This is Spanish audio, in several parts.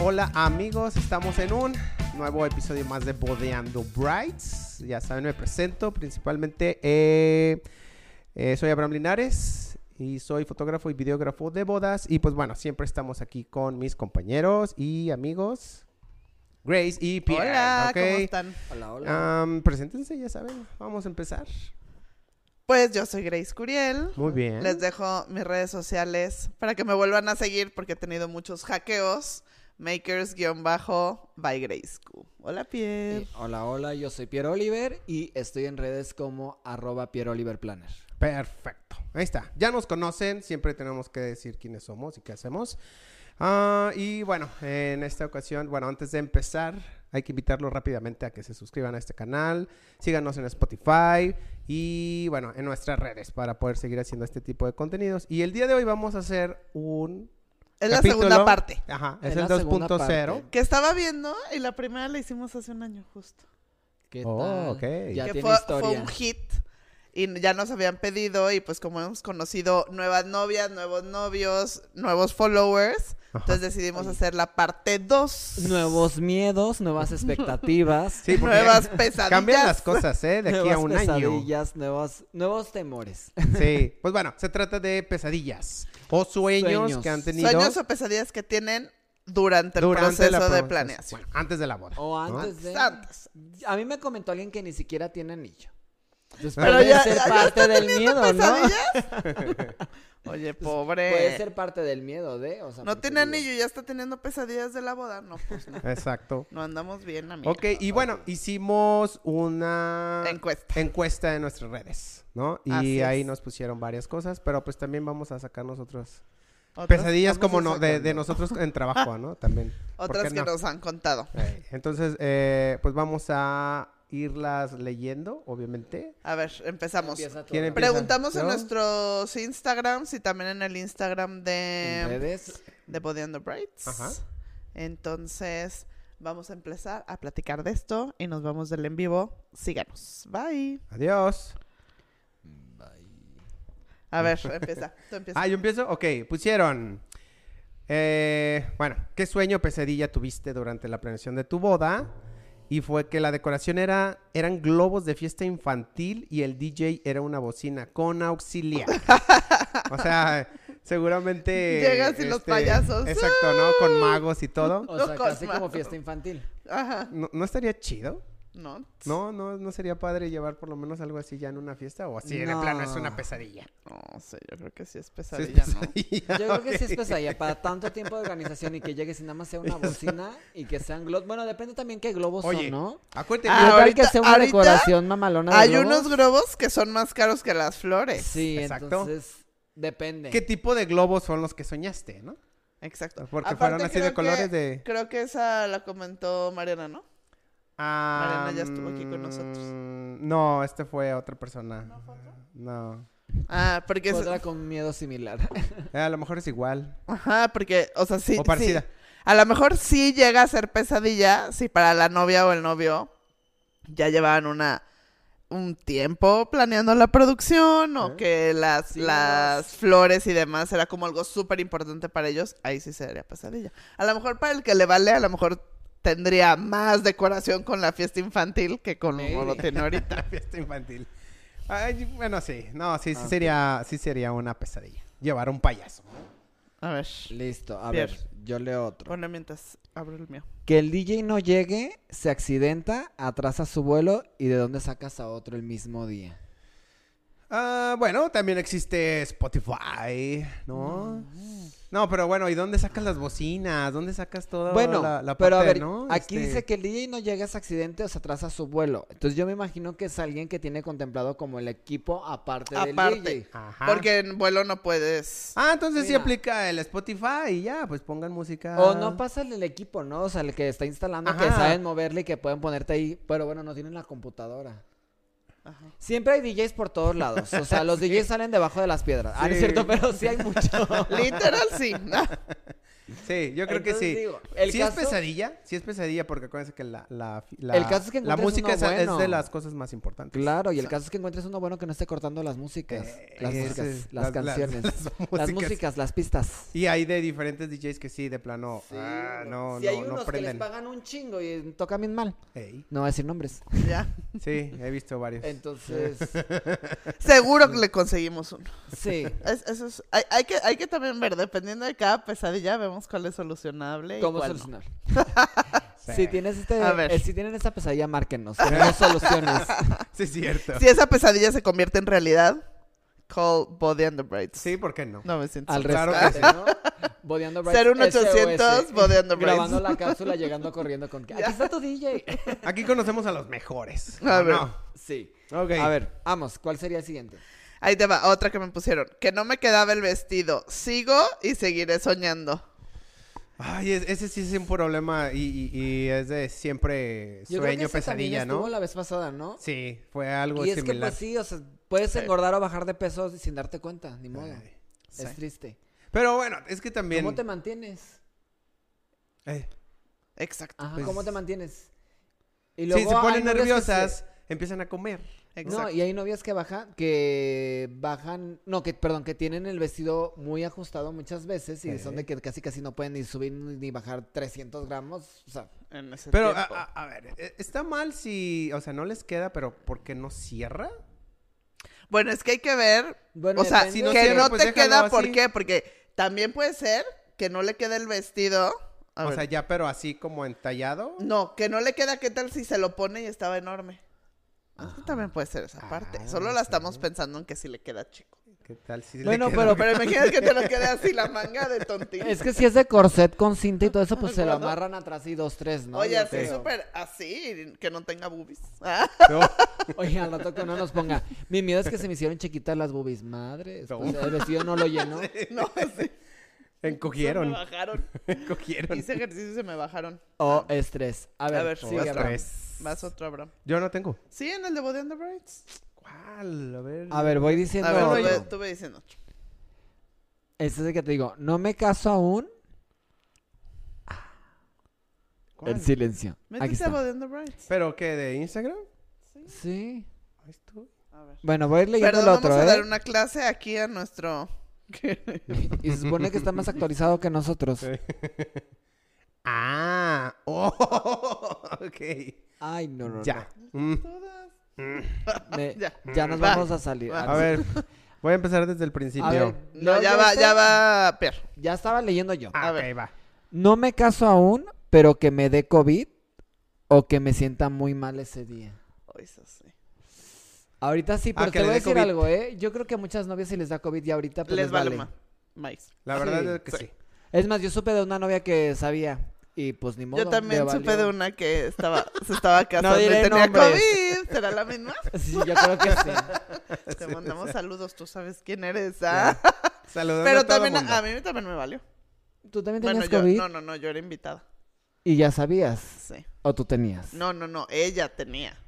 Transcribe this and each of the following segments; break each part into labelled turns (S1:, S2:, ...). S1: hola amigos, estamos en un nuevo episodio más de Bodeando Brights. Ya saben, me presento principalmente. eh, eh, soy Abraham Linares y soy fotógrafo y videógrafo de bodas. Y pues bueno, siempre estamos aquí con mis compañeros y amigos. Grace y Pierre.
S2: Hola,
S1: ¿ok?
S2: ¿cómo están?
S3: Hola, hola.
S1: Am, preséntense, ya saben. Vamos a empezar.
S2: Pues yo soy Grace Curiel.
S1: Muy bien.
S2: Les dejo mis redes sociales para que me vuelvan a seguir porque he tenido muchos hackeos. Makers-by Grace Q. Hola, Pierre.
S3: Eh, hola, hola, yo soy Pierre Oliver y estoy en redes como arroba Pierre Oliver Planner.
S1: Perfecto. Ahí está. Ya nos conocen, siempre tenemos que decir quiénes somos y qué hacemos. Ah, y bueno, en esta ocasión, bueno, antes de empezar, hay que invitarlos rápidamente a que se suscriban a este canal, síganos en Spotify y bueno, en nuestras redes para poder seguir haciendo este tipo de contenidos. Y el día de hoy vamos a hacer un...
S2: Es la
S1: capítulo-
S2: segunda parte.
S1: Ajá, es
S3: Es
S1: el
S3: la segunda
S1: 2.0.
S3: parte.
S2: Que estaba viendo y la primera la hicimos hace un año justo.
S3: ¿Qué
S1: Oh,
S3: tal?
S1: ok.
S3: Ya
S2: que
S3: tiene
S2: fue, fue
S3: historia.
S2: un hit y ya nos habían pedido y pues como hemos conocido nuevas novias, nuevos novios, nuevos followers, entonces decidimos hacer la parte 2.
S3: Nuevos miedos, nuevas expectativas.
S1: Sí, porque
S2: Nuevas pesadillas.
S1: cambian las cosas, ¿eh? De aquí a
S3: nuevas
S1: un año.
S3: pesadillas, Nuevos, nuevos temores.
S1: Sí, pues bueno, se trata de pesadillas o sueños,
S3: Sueños.
S1: que han tenido
S2: Sueños o pesadillas que tienen durante el
S1: durante la
S2: proceso de
S1: proces-
S2: planeación. Oh.
S1: bueno, antes de la boda.
S3: O
S1: ¿no?
S3: antes de...
S2: Santos.
S3: A mí me comentó alguien que ni siquiera tiene anillo. Después
S2: Pero
S3: puede
S2: ya-
S3: ser
S2: ya- ya
S3: parte del miedo, ¿no?
S2: ¿Pesadillas? Oye, pobre.
S3: Pues, Puede ser parte del miedo de... O sea,
S2: No
S3: porque
S2: tiene
S3: digo,
S2: anillo, ya está teniendo pesadillas de la boda. No, pues no.
S1: Exacto.
S2: No andamos bien, amigo.
S1: Ok, y bueno, hicimos una
S2: Encuesta.
S1: encuesta en nuestras redes, ¿no? Y
S2: Así
S1: ahí
S2: es.
S1: nos pusieron varias cosas, pero pues también vamos a sacar nosotros
S2: Otras-
S1: pesadillas
S3: vamos
S1: como
S3: a
S1: no, de, de
S3: sacando.
S1: nosotros en trabajo, ¿no? También. ¿Por
S2: Otras
S1: qué
S2: que
S1: no?
S2: nos han contado.
S1: Eh, Entonces, eh, pues vamos a irlas leyendo, obviamente.
S2: A ver, empezamos.
S3: empieza todo.
S1: ¿Quién empieza?
S2: Preguntamos
S1: ¿Yo?
S2: en nuestros Instagrams y también en el Instagram
S3: En
S2: de,
S3: redes.
S2: de Body and the Brights.
S1: Ajá.
S2: Entonces, vamos a empezar a platicar de esto y nos vamos del en vivo. Síganos. Bye.
S1: Adiós.
S2: A ver, empieza. Tú empieza.
S1: Ah, yo empiezo. Ok, pusieron. eh, bueno, ¿qué sueño o pesadilla tuviste durante la planeación de tu boda? Y fue que la decoración era eran globos de fiesta infantil y el DJ era una bocina con auxiliar. o sea, seguramente. este,
S2: Llegas y los payasos.
S1: Exacto, ¿no? Con magos y todo.
S3: O sea,
S2: No,
S3: casi
S2: Cosma.
S3: como fiesta infantil.
S2: Ajá.
S1: ¿No, no estaría chido?
S2: No.
S1: ¿No? ¿No no sería padre llevar por lo menos algo así ya en una fiesta? ¿O así de
S3: No.
S1: plano es una pesadilla?
S2: No sé, yo creo que sí es
S1: Sí, es
S2: pesadilla, ¿no?
S1: pesadilla,
S3: Yo creo que sí
S1: ok.
S3: es pesadilla para tanto tiempo de organización y que llegues y nada más sea una bocina y que sean globos. Bueno, depende también qué globos
S1: Oye,
S3: son, ¿no?
S1: acuérdate,
S2: Ah,
S3: Igual
S2: ahorita-
S3: que sea una
S2: ahorita
S3: decoración mamalona de
S2: Hay
S3: globos.
S2: unos globos que son más caros que las flores.
S3: Sí,
S1: Exacto.
S3: entonces depende.
S1: ¿Qué tipo de globos son los que soñaste, no?
S2: Exacto.
S1: Porque
S2: Aparte,
S1: fueron así
S2: creo
S1: de
S2: que-
S1: colores de...
S2: Creo que esa la comentó Mariana, ¿no? Mariana ya estuvo aquí con nosotros.
S1: ah, Mm, No, este fue otra persona. ¿No No.
S2: Ah, porque es-
S3: Otra con miedo similar.
S1: Eh, a lo mejor es igual.
S2: Ajá, porque, o sea, sí.
S1: o parecida.
S2: sí. A lo mejor sí llega a ser pesadilla si para la novia o el novio ya llevaban una un tiempo planeando la producción o
S1: ¿Eh?
S2: que las,
S3: Sí,
S2: las
S3: las-
S2: flores y demás era como algo súper importante para ellos, ahí sí sería pesadilla. A lo mejor para el que le vale, a lo mejor tendría más decoración con la fiesta infantil que con
S3: Maybe.
S2: como lo tiene ahorita.
S1: La fiesta infantil. Ay, bueno, sí. No, sí, sí
S3: Ah,
S1: sería, sí sería una pesadilla. Llevar un payaso.
S2: A ver,
S3: Listo, a
S2: Pierre.
S3: ver, yo leo otro.
S2: ponle mientras abro el mío.
S3: Que el DJ no llegue, se accidenta, atrasa su vuelo y de dónde sacas a otro el mismo día.
S1: Ah, bueno, también existe Spotify, ¿no?
S2: Mm.
S1: No, pero bueno, ¿y dónde sacas las bocinas? ¿Dónde sacas toda
S3: Bueno,
S1: la, la
S3: pero a
S1: parte,
S3: ver,
S1: ¿no?
S3: aquí
S1: Este,
S3: dice que el DJ no llega a ese accidente o se atrasa su vuelo. Entonces yo me imagino que es alguien que tiene contemplado como el equipo aparte,
S2: Aparte.
S3: del DJ.
S1: Ajá.
S2: Porque en vuelo no puedes.
S1: Ah, entonces sí
S3: Mira.
S1: aplica el Spotify y ya, pues pongan música.
S3: O no pasa el del equipo, ¿no? O sea, el que está instalando, que
S1: Ajá.
S3: saben moverle y que pueden ponerte ahí. Pero bueno, no tienen la computadora.
S2: Ajá.
S3: Siempre hay DJs por todos lados. O sea, los DJs salen debajo de las piedras. Ah, no es
S1: Sí.
S3: cierto, pero sí hay mucho.
S2: Literal sí.
S1: Sí, yo creo
S3: Entonces,
S1: que sí.
S3: digo, el
S1: sí
S3: caso-
S1: es pesadilla, sí es pesadilla porque acuérdense que la, la, la-
S3: El caso es que
S1: la
S3: encuentres
S1: música
S3: uno
S1: es, es de
S3: bueno.
S1: las cosas más importantes.
S3: Claro, y el caso es que encuentres uno bueno que no esté cortando las músicas,
S1: Eh,
S3: las
S1: ese-
S3: músicas, las,
S1: las- las-
S3: canciones,
S1: las
S3: las, músicas. las
S1: músicas.
S3: pistas.
S1: Y hay de diferentes DJs que sí, de plano, ah, no,
S3: si
S1: no,
S3: hay
S1: no
S3: unos que les
S1: prenden.
S3: pagan un chingo y tocan bien mal.
S1: Ey.
S3: No voy a decir nombres.
S2: Ya.
S1: Sí, he visto varios.
S3: Entonces,
S2: Seguro que le conseguimos uno.
S3: sí.
S2: Es- eso es- hay, hay que, hay que también ver, dependiendo de cada pesadilla, vemos cuál es solucionable.
S3: ¿Cómo
S2: y cuál no.
S3: solucionar?
S1: Sí.
S3: Si tienes este,
S2: A ver.
S3: eh, si tienen esta pesadilla, márquenos. Tenemos soluciones.
S1: Sí, es cierto.
S2: Si esa pesadilla se convierte en realidad, call Body and the Brides.
S1: Sí, ¿por qué no?
S2: No me siento.
S3: Al
S1: Claro que
S3: rescate, ¿no? Bodeando Brides,
S2: 01800
S3: SOS.
S2: Bodeando Brides.
S3: Grabando la cápsula, llegando corriendo con... que, Aquí está tu DJ.
S1: Aquí conocemos a los mejores.
S2: A
S1: ¿o
S2: ver.
S1: no?
S3: Sí.
S1: Ok.
S3: A ver, vamos. ¿Cuál sería el siguiente?
S2: Ahí te va, otra que me pusieron. Que no me quedaba el vestido. Sigo y seguiré soñando.
S1: Ay, es- ese sí es un problema y, y- y es de siempre
S3: Yo creo que
S1: sueño,
S3: ese también
S1: pesadilla,
S3: estuvo
S1: ¿no?
S3: la vez pasada, ¿no?
S1: Sí, fue algo
S3: y es que
S1: similar.
S3: pues sí, o sea, puedes engordar o bajar de peso sin darte cuenta, ni modo.
S1: Ay,
S3: Es triste.
S1: Pero bueno, es que también...
S3: ¿Cómo te mantienes?
S1: Eh,
S2: Exacto.
S3: Ajá,
S1: Pues-
S3: ¿cómo te mantienes? Y
S1: sí, se
S3: hay
S1: ponen
S3: novias que se-
S1: nerviosas, empiezan a comer.
S2: Exacto.
S3: No, y hay novias que bajan, que bajan, no, que perdón, que tienen el vestido muy ajustado muchas veces y son
S1: Sí.
S3: de que casi casi no pueden ni subir ni ni bajar 300 gramos, o sea,
S2: En ese
S1: Pero, a,
S2: tiempo.
S1: a- a ver, eh, está mal si... O sea, no les queda, pero ¿por qué no cierra?
S2: Bueno, es que hay que ver.
S3: Bueno,
S2: o sea,
S3: depende. Si no
S2: que
S1: cierra,
S2: no
S1: pues
S2: te
S1: déjalo
S2: queda,
S1: así.
S2: ¿por qué? Porque también puede ser que no le quede el vestido. A
S1: o
S2: ver.
S1: sea, ya, pero así como entallado.
S2: No, que no le queda, ¿qué tal si se lo pone y estaba enorme? Es que también puede ser esa
S1: Ah,
S2: parte.
S1: no
S2: Solo la
S1: sé.
S2: estamos pensando en que sí le queda chico.
S1: ¿Qué tal si le
S3: Bueno,
S1: queda-
S3: pero-
S2: Pero imagínate que te lo quede así la manga de tontín.
S3: es que si es de corset con cinta y todo eso, pues se lo amarran atrás y dos, tres, ¿no?
S2: Oye,
S3: Yo
S2: así
S3: creo.
S2: súper así, que no tenga boobies. Ah,
S1: No,
S3: Oye, al rato que no nos ponga. Mi miedo es que se me hicieron chiquitas las boobies. Madres.
S1: No.
S3: pues, el vestido no lo llenó.
S2: no, sí. Se
S1: encogieron.
S2: me bajaron.
S1: Encogieron.
S2: Hice ejercicio y se me bajaron.
S3: O estrés. A ver,
S2: A ver,
S3: sigue,
S2: sí,
S1: Otra
S3: Abraham.
S1: vez.
S2: Más otro, bro.
S1: Yo no tengo.
S2: Sí, en el de Body and the Brides.
S1: ¿Cuál? A ver.
S3: A ver, voy diciendo.
S2: A ver,
S1: no,
S2: tú
S3: otro.
S2: ve- tú ve diciendo.
S3: Este es el que te digo. No me caso aún.
S1: ¿Cuál?
S3: El silencio. Aquí
S2: Métete a
S3: está.
S2: Body and the Brides.
S1: ¿Pero qué? ¿De Instagram?
S3: Sí.
S1: Ahí estoy.
S2: A ver.
S3: Bueno, voy a ir leyendo
S2: Perdón,
S3: el otro,
S2: vamos a
S3: ¿eh?
S2: dar una clase aquí a nuestro...
S3: Y se supone que está más actualizado que nosotros.
S1: Ah. Oh, ok.
S3: Ay, no, no,
S1: ya. Mm.
S2: Todas.
S3: no. Me- ya.
S2: Ya.
S3: nos
S2: Va.
S3: vamos a salir.
S2: Va.
S1: A ver, voy a empezar desde el
S3: A
S1: principio.
S3: ver,
S2: No,
S3: leo
S2: ya
S3: yo
S2: va,
S3: este.
S2: ya va, Pierre.
S3: Ya estaba leyendo yo.
S1: Ah,
S2: a
S1: ok,
S2: ver.
S1: va.
S3: No me caso aún, pero que me dé COVID o que me sienta muy mal ese día.
S2: Ay, eso sí.
S3: Ahorita sí,
S1: Ah,
S3: pero
S1: que le
S3: te voy a
S1: dé
S3: decir
S1: COVID.
S3: algo, ¿eh? Yo creo que a muchas novias si les da COVID y ahorita pues,
S2: Les, vale,
S3: vale.
S2: más. Maíz.
S1: La verdad
S3: Sí,
S1: es que sí.
S3: Es más, yo supe de una novia que sabía y pues ni modo.
S2: Yo también
S3: le
S2: supe
S3: valió.
S2: de una que estaba, se estaba casando y
S3: diré
S2: tenía
S3: nombres.
S2: COVID. ¿Será la misma?
S3: Sí, yo creo que sí.
S2: Te mandamos saludos, tú sabes quién eres. ¿ah?
S1: Saludando a
S2: Pero
S1: todo
S2: también
S1: mundo.
S2: a, a mí también me valió.
S3: ¿Tú también
S2: Bueno,
S3: tenías
S2: yo,
S3: COVID?
S2: no, no, no, yo era invitada.
S3: Y ya sabías.
S2: Sí.
S3: ¿O tú tenías?
S2: No, no, no, ella tenía.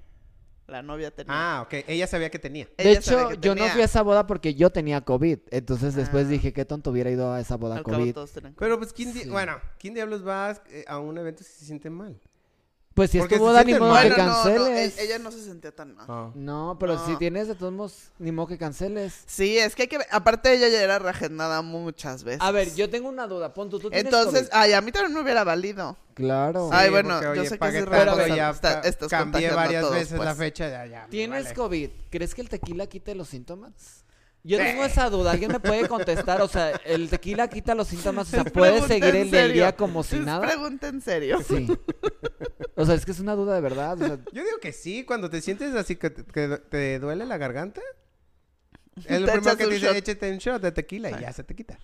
S2: La novia tenía.
S1: Ah, ok. Ella sabía que tenía.
S3: De
S2: Ella sabía
S3: hecho,
S2: que
S3: yo no
S2: tenía.
S3: fui a esa boda porque yo tenía COVID. Entonces después
S2: Ah.
S3: dije, qué tonto hubiera ido a esa boda
S2: Al cabo
S3: COVID.
S2: todos tenían COVID.
S1: Pero pues, ¿quién, di-
S3: Sí.
S1: bueno, ¿quién diablos va eh, a un evento si se siente mal?
S3: Pues si es
S1: Porque
S3: tu
S1: se
S3: boda, ni
S1: sienten
S3: modo
S1: mal.
S3: que
S2: Bueno, no, no,
S3: canceles.
S2: e- ella no se sentía tan mal.
S1: Ah.
S3: No, pero si
S2: No.
S3: tienes de todos modos, ni modo que canceles.
S2: Sí, es que hay que ver. Aparte, ella ya era reagendada muchas veces.
S3: A ver, yo tengo una duda. Pon tú, tú tienes
S2: Entonces, ah,
S3: COVID.
S2: ay, a mí también me hubiera valido.
S3: Claro.
S1: Sí,
S2: Ay, bueno,
S1: porque,
S2: yo
S1: oye,
S2: sé que
S1: pagué
S2: es
S1: tanto,
S3: irresponsable.
S1: ya
S2: Está-
S1: ca-
S2: estás
S1: cambié
S2: contagiando a
S1: varias
S2: todos,
S1: veces la
S2: pues.
S1: fecha. Ya, ya, me
S3: ¿Tienes
S1: vale.
S3: COVID? ¿Crees que el tequila quite los síntomas? Yo
S2: Eh.
S1: Sí.
S3: tengo esa duda, alguien me puede contestar, o sea, el tequila quita los síntomas, o sea, puedes
S2: Pregunta
S3: seguir
S2: en
S3: el del día
S2: serio.
S3: como si
S2: Es
S3: nada.
S2: pregunta en serio.
S3: Sí. O sea, es que es una duda de verdad. o sea,
S1: Yo digo que sí, cuando te sientes así que te, que te duele la garganta. Es lo
S2: Te
S1: primero
S2: echas
S1: que te
S2: un
S1: dice,
S2: shot.
S1: échate un shot de tequila y ya se te quita.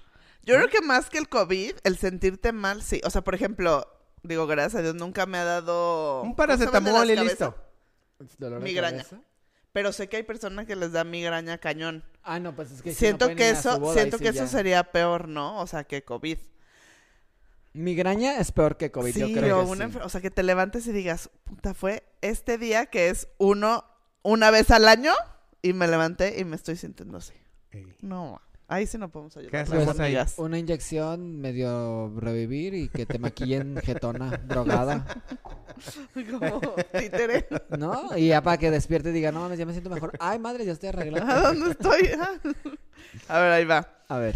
S2: Yo creo que más que el COVID, el sentirte mal, sí. O sea, por ejemplo, digo, gracias a Dios, nunca me ha dado...
S1: Un
S2: Oh, ¿cómo se llama el de
S1: paracetamol
S2: las
S1: y
S2: cabezas?
S1: listo.
S3: dolor de
S2: Migraña.
S3: cabeza.
S2: Pero sé que hay personas que les da migraña cañón.
S3: Ah, no, pues es que si no
S2: siento
S3: pueden
S2: que
S3: ir a su
S2: eso,
S3: boda, ahí
S2: siento
S3: sí
S2: que eso
S3: ya.
S2: sería peor, ¿no? O sea, que COVID.
S3: Migraña es peor que COVID,
S2: sí,
S3: yo creo.
S2: o,
S3: que
S2: una
S3: sí.
S2: enfer- o sea, que te levantes y digas, puta, fue este día que es uno, una vez al año, y me levanté y me estoy sintiendo así.
S1: Ey.
S2: No, ma. Ahí sí no podemos
S1: ¿Qué
S2: ayudar.
S1: hacemos
S2: las
S1: ahí?
S2: amigas.
S3: Una inyección medio revivir y que te maquillen jetona, drogada,
S2: Como títere.
S3: ¿no? Y ya para que despierte y diga, no mames, ya me siento mejor. Ay, madre, ya estoy
S2: ¿A
S3: arreglada.
S2: dónde estoy? Ah. A ver, ahí va.
S3: A ver.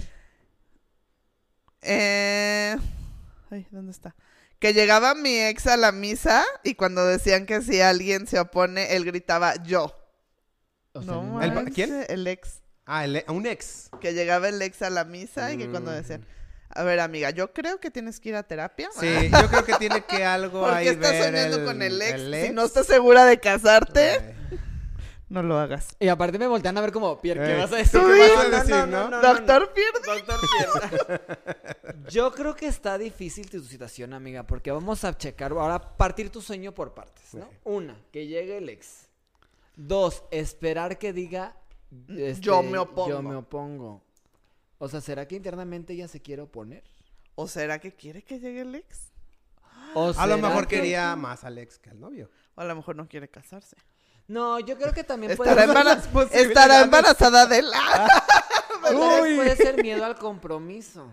S2: Eh... Ay, ¿dónde está? Que llegaba mi ex a la misa y cuando decían que si alguien se opone, él gritaba yo.
S3: o sea,
S2: No
S3: no
S1: ¿El pa-
S2: manches,
S1: quién?
S2: El ex.
S1: Ah, el- un ex.
S2: Que llegaba el ex a la misa y que cuando
S1: Mm.
S2: decían, a ver amiga, yo creo que tienes que ir a terapia.
S1: Sí, yo creo que tiene que algo
S2: ¿Por
S1: ahí
S2: qué estás
S1: ver
S2: soñando con el ex?
S1: el
S2: Si
S1: ex. Eh,
S2: no estás segura de casarte,
S1: Ay.
S2: no lo hagas.
S3: Y aparte me voltean a ver como, Pierre, ¿qué
S1: Eh,
S3: vas a decir?
S2: ¿tú
S3: ¿Qué
S2: vi?
S3: vas a
S1: No,
S3: decir,
S1: no, no,
S3: no?
S1: no,
S2: Doctor Pierre.
S3: Doctor Yo creo que está difícil tu situación, amiga, porque vamos a checar ahora partir tu sueño por partes, ¿no? Una, que llegue el ex. Dos, esperar que diga este,
S2: Yo me opongo.
S3: Yo me opongo. O sea, ¿será que internamente ella se quiere oponer?
S2: ¿O será que quiere que llegue el ex?
S3: ¿O
S1: A lo
S3: será
S1: mejor
S3: que-
S1: quería más al ex que al novio.
S2: O a lo mejor no quiere casarse.
S3: No, yo creo que también puede
S2: Estará,
S3: ser,
S2: embara-
S1: las posibilidades.
S2: estará embarazada de él.
S1: Uy.
S3: puede ser miedo al compromiso.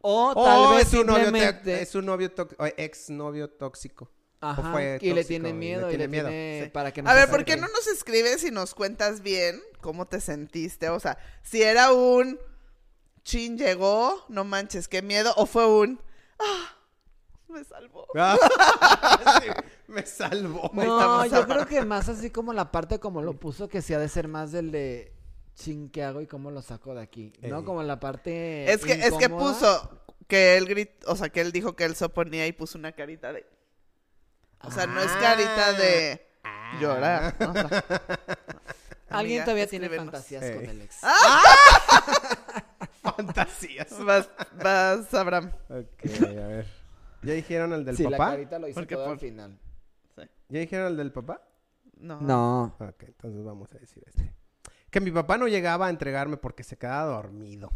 S3: O tal
S1: O
S3: vez
S1: Oh, es un novio,
S3: simplemente...
S1: te- es un novio tóx- o ex novio tóxico.
S3: Ajá,
S1: fue
S3: y le
S1: tóxico
S3: tiene
S1: y le
S3: miedo, y le
S1: tiene miedo.
S3: tiene-
S2: Sí.
S3: para que no
S2: A
S3: se
S2: ver, ¿por
S3: acerque.
S2: qué no nos escribes y nos cuentas bien cómo te sentiste? O sea, si era un chin llegó, no manches, qué miedo, o fue un ah, me salvó.
S1: Ah, sí, me salvó.
S3: No,
S2: Estamos
S3: yo creo que más así como la parte como lo puso, que sí ha de ser más del de ching, ¿qué hago y cómo lo saco de aquí? ¿No?
S1: Ey.
S3: Como la parte.
S2: Es que es que
S3: incómoda.
S2: puso que él grit, o sea, que él dijo que él se oponía y puso una carita de O sea, no es carita de llorar. ¿no? O sea,
S3: Alguien
S2: amiga,
S3: todavía tiene
S2: escríbenos.
S3: fantasías
S1: Ey. Ah,
S3: con el ex.
S1: Fantasías.
S2: Vas, vas, Abraham.
S1: Ok, a ver. ¿Ya dijeron el del
S3: sí, la
S1: papá?
S3: carita lo hizo
S2: Porque
S3: todo al
S2: por-
S3: final.
S1: ¿Ya dijeron el del papá?
S2: No.
S3: No.
S1: Ok, entonces vamos a decir este. Que mi papá no llegaba a entregarme porque se quedaba dormido.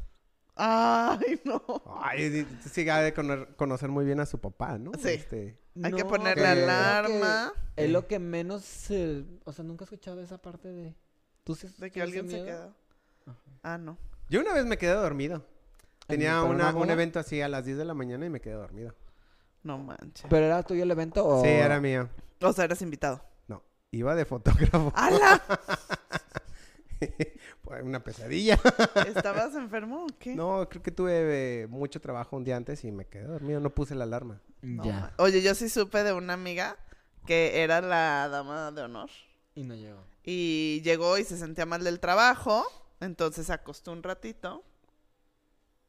S2: Ay, no.
S1: Ay, di- sí, ha de cono- conocer muy bien a su papá, ¿no?
S2: Sí.
S1: Este,
S2: Hay que
S3: No,
S2: poner
S3: yo
S1: la
S3: creo que
S2: alarma.
S3: Es lo que menos. se- O sea, nunca he escuchado esa parte de. ¿Tú sí
S2: De que
S3: tienes
S2: alguien se
S3: miedo?
S2: quedó. Ah, no.
S1: Yo una vez me quedé dormido. Tenía
S3: para
S1: una-
S3: una
S1: un
S3: boda?
S1: evento así a las 10 de la mañana y me quedé dormido.
S2: No manches.
S3: ¿Pero era tuyo el evento
S2: Oh.
S3: o.?
S1: Sí, era mío.
S2: O sea, eres invitado.
S1: No, iba de fotógrafo.
S2: ¡Hala!
S1: Fue una pesadilla.
S2: ¿Estabas enfermo o qué?
S1: No, creo que tuve eh, mucho trabajo un día antes y me quedé dormido. No puse la alarma.
S2: No,
S3: Ya.
S2: ma- Oye, yo sí supe de una amiga que era la dama de honor
S3: Y no llegó.
S2: y llegó y se sentía mal del trabajo, entonces se acostó un ratito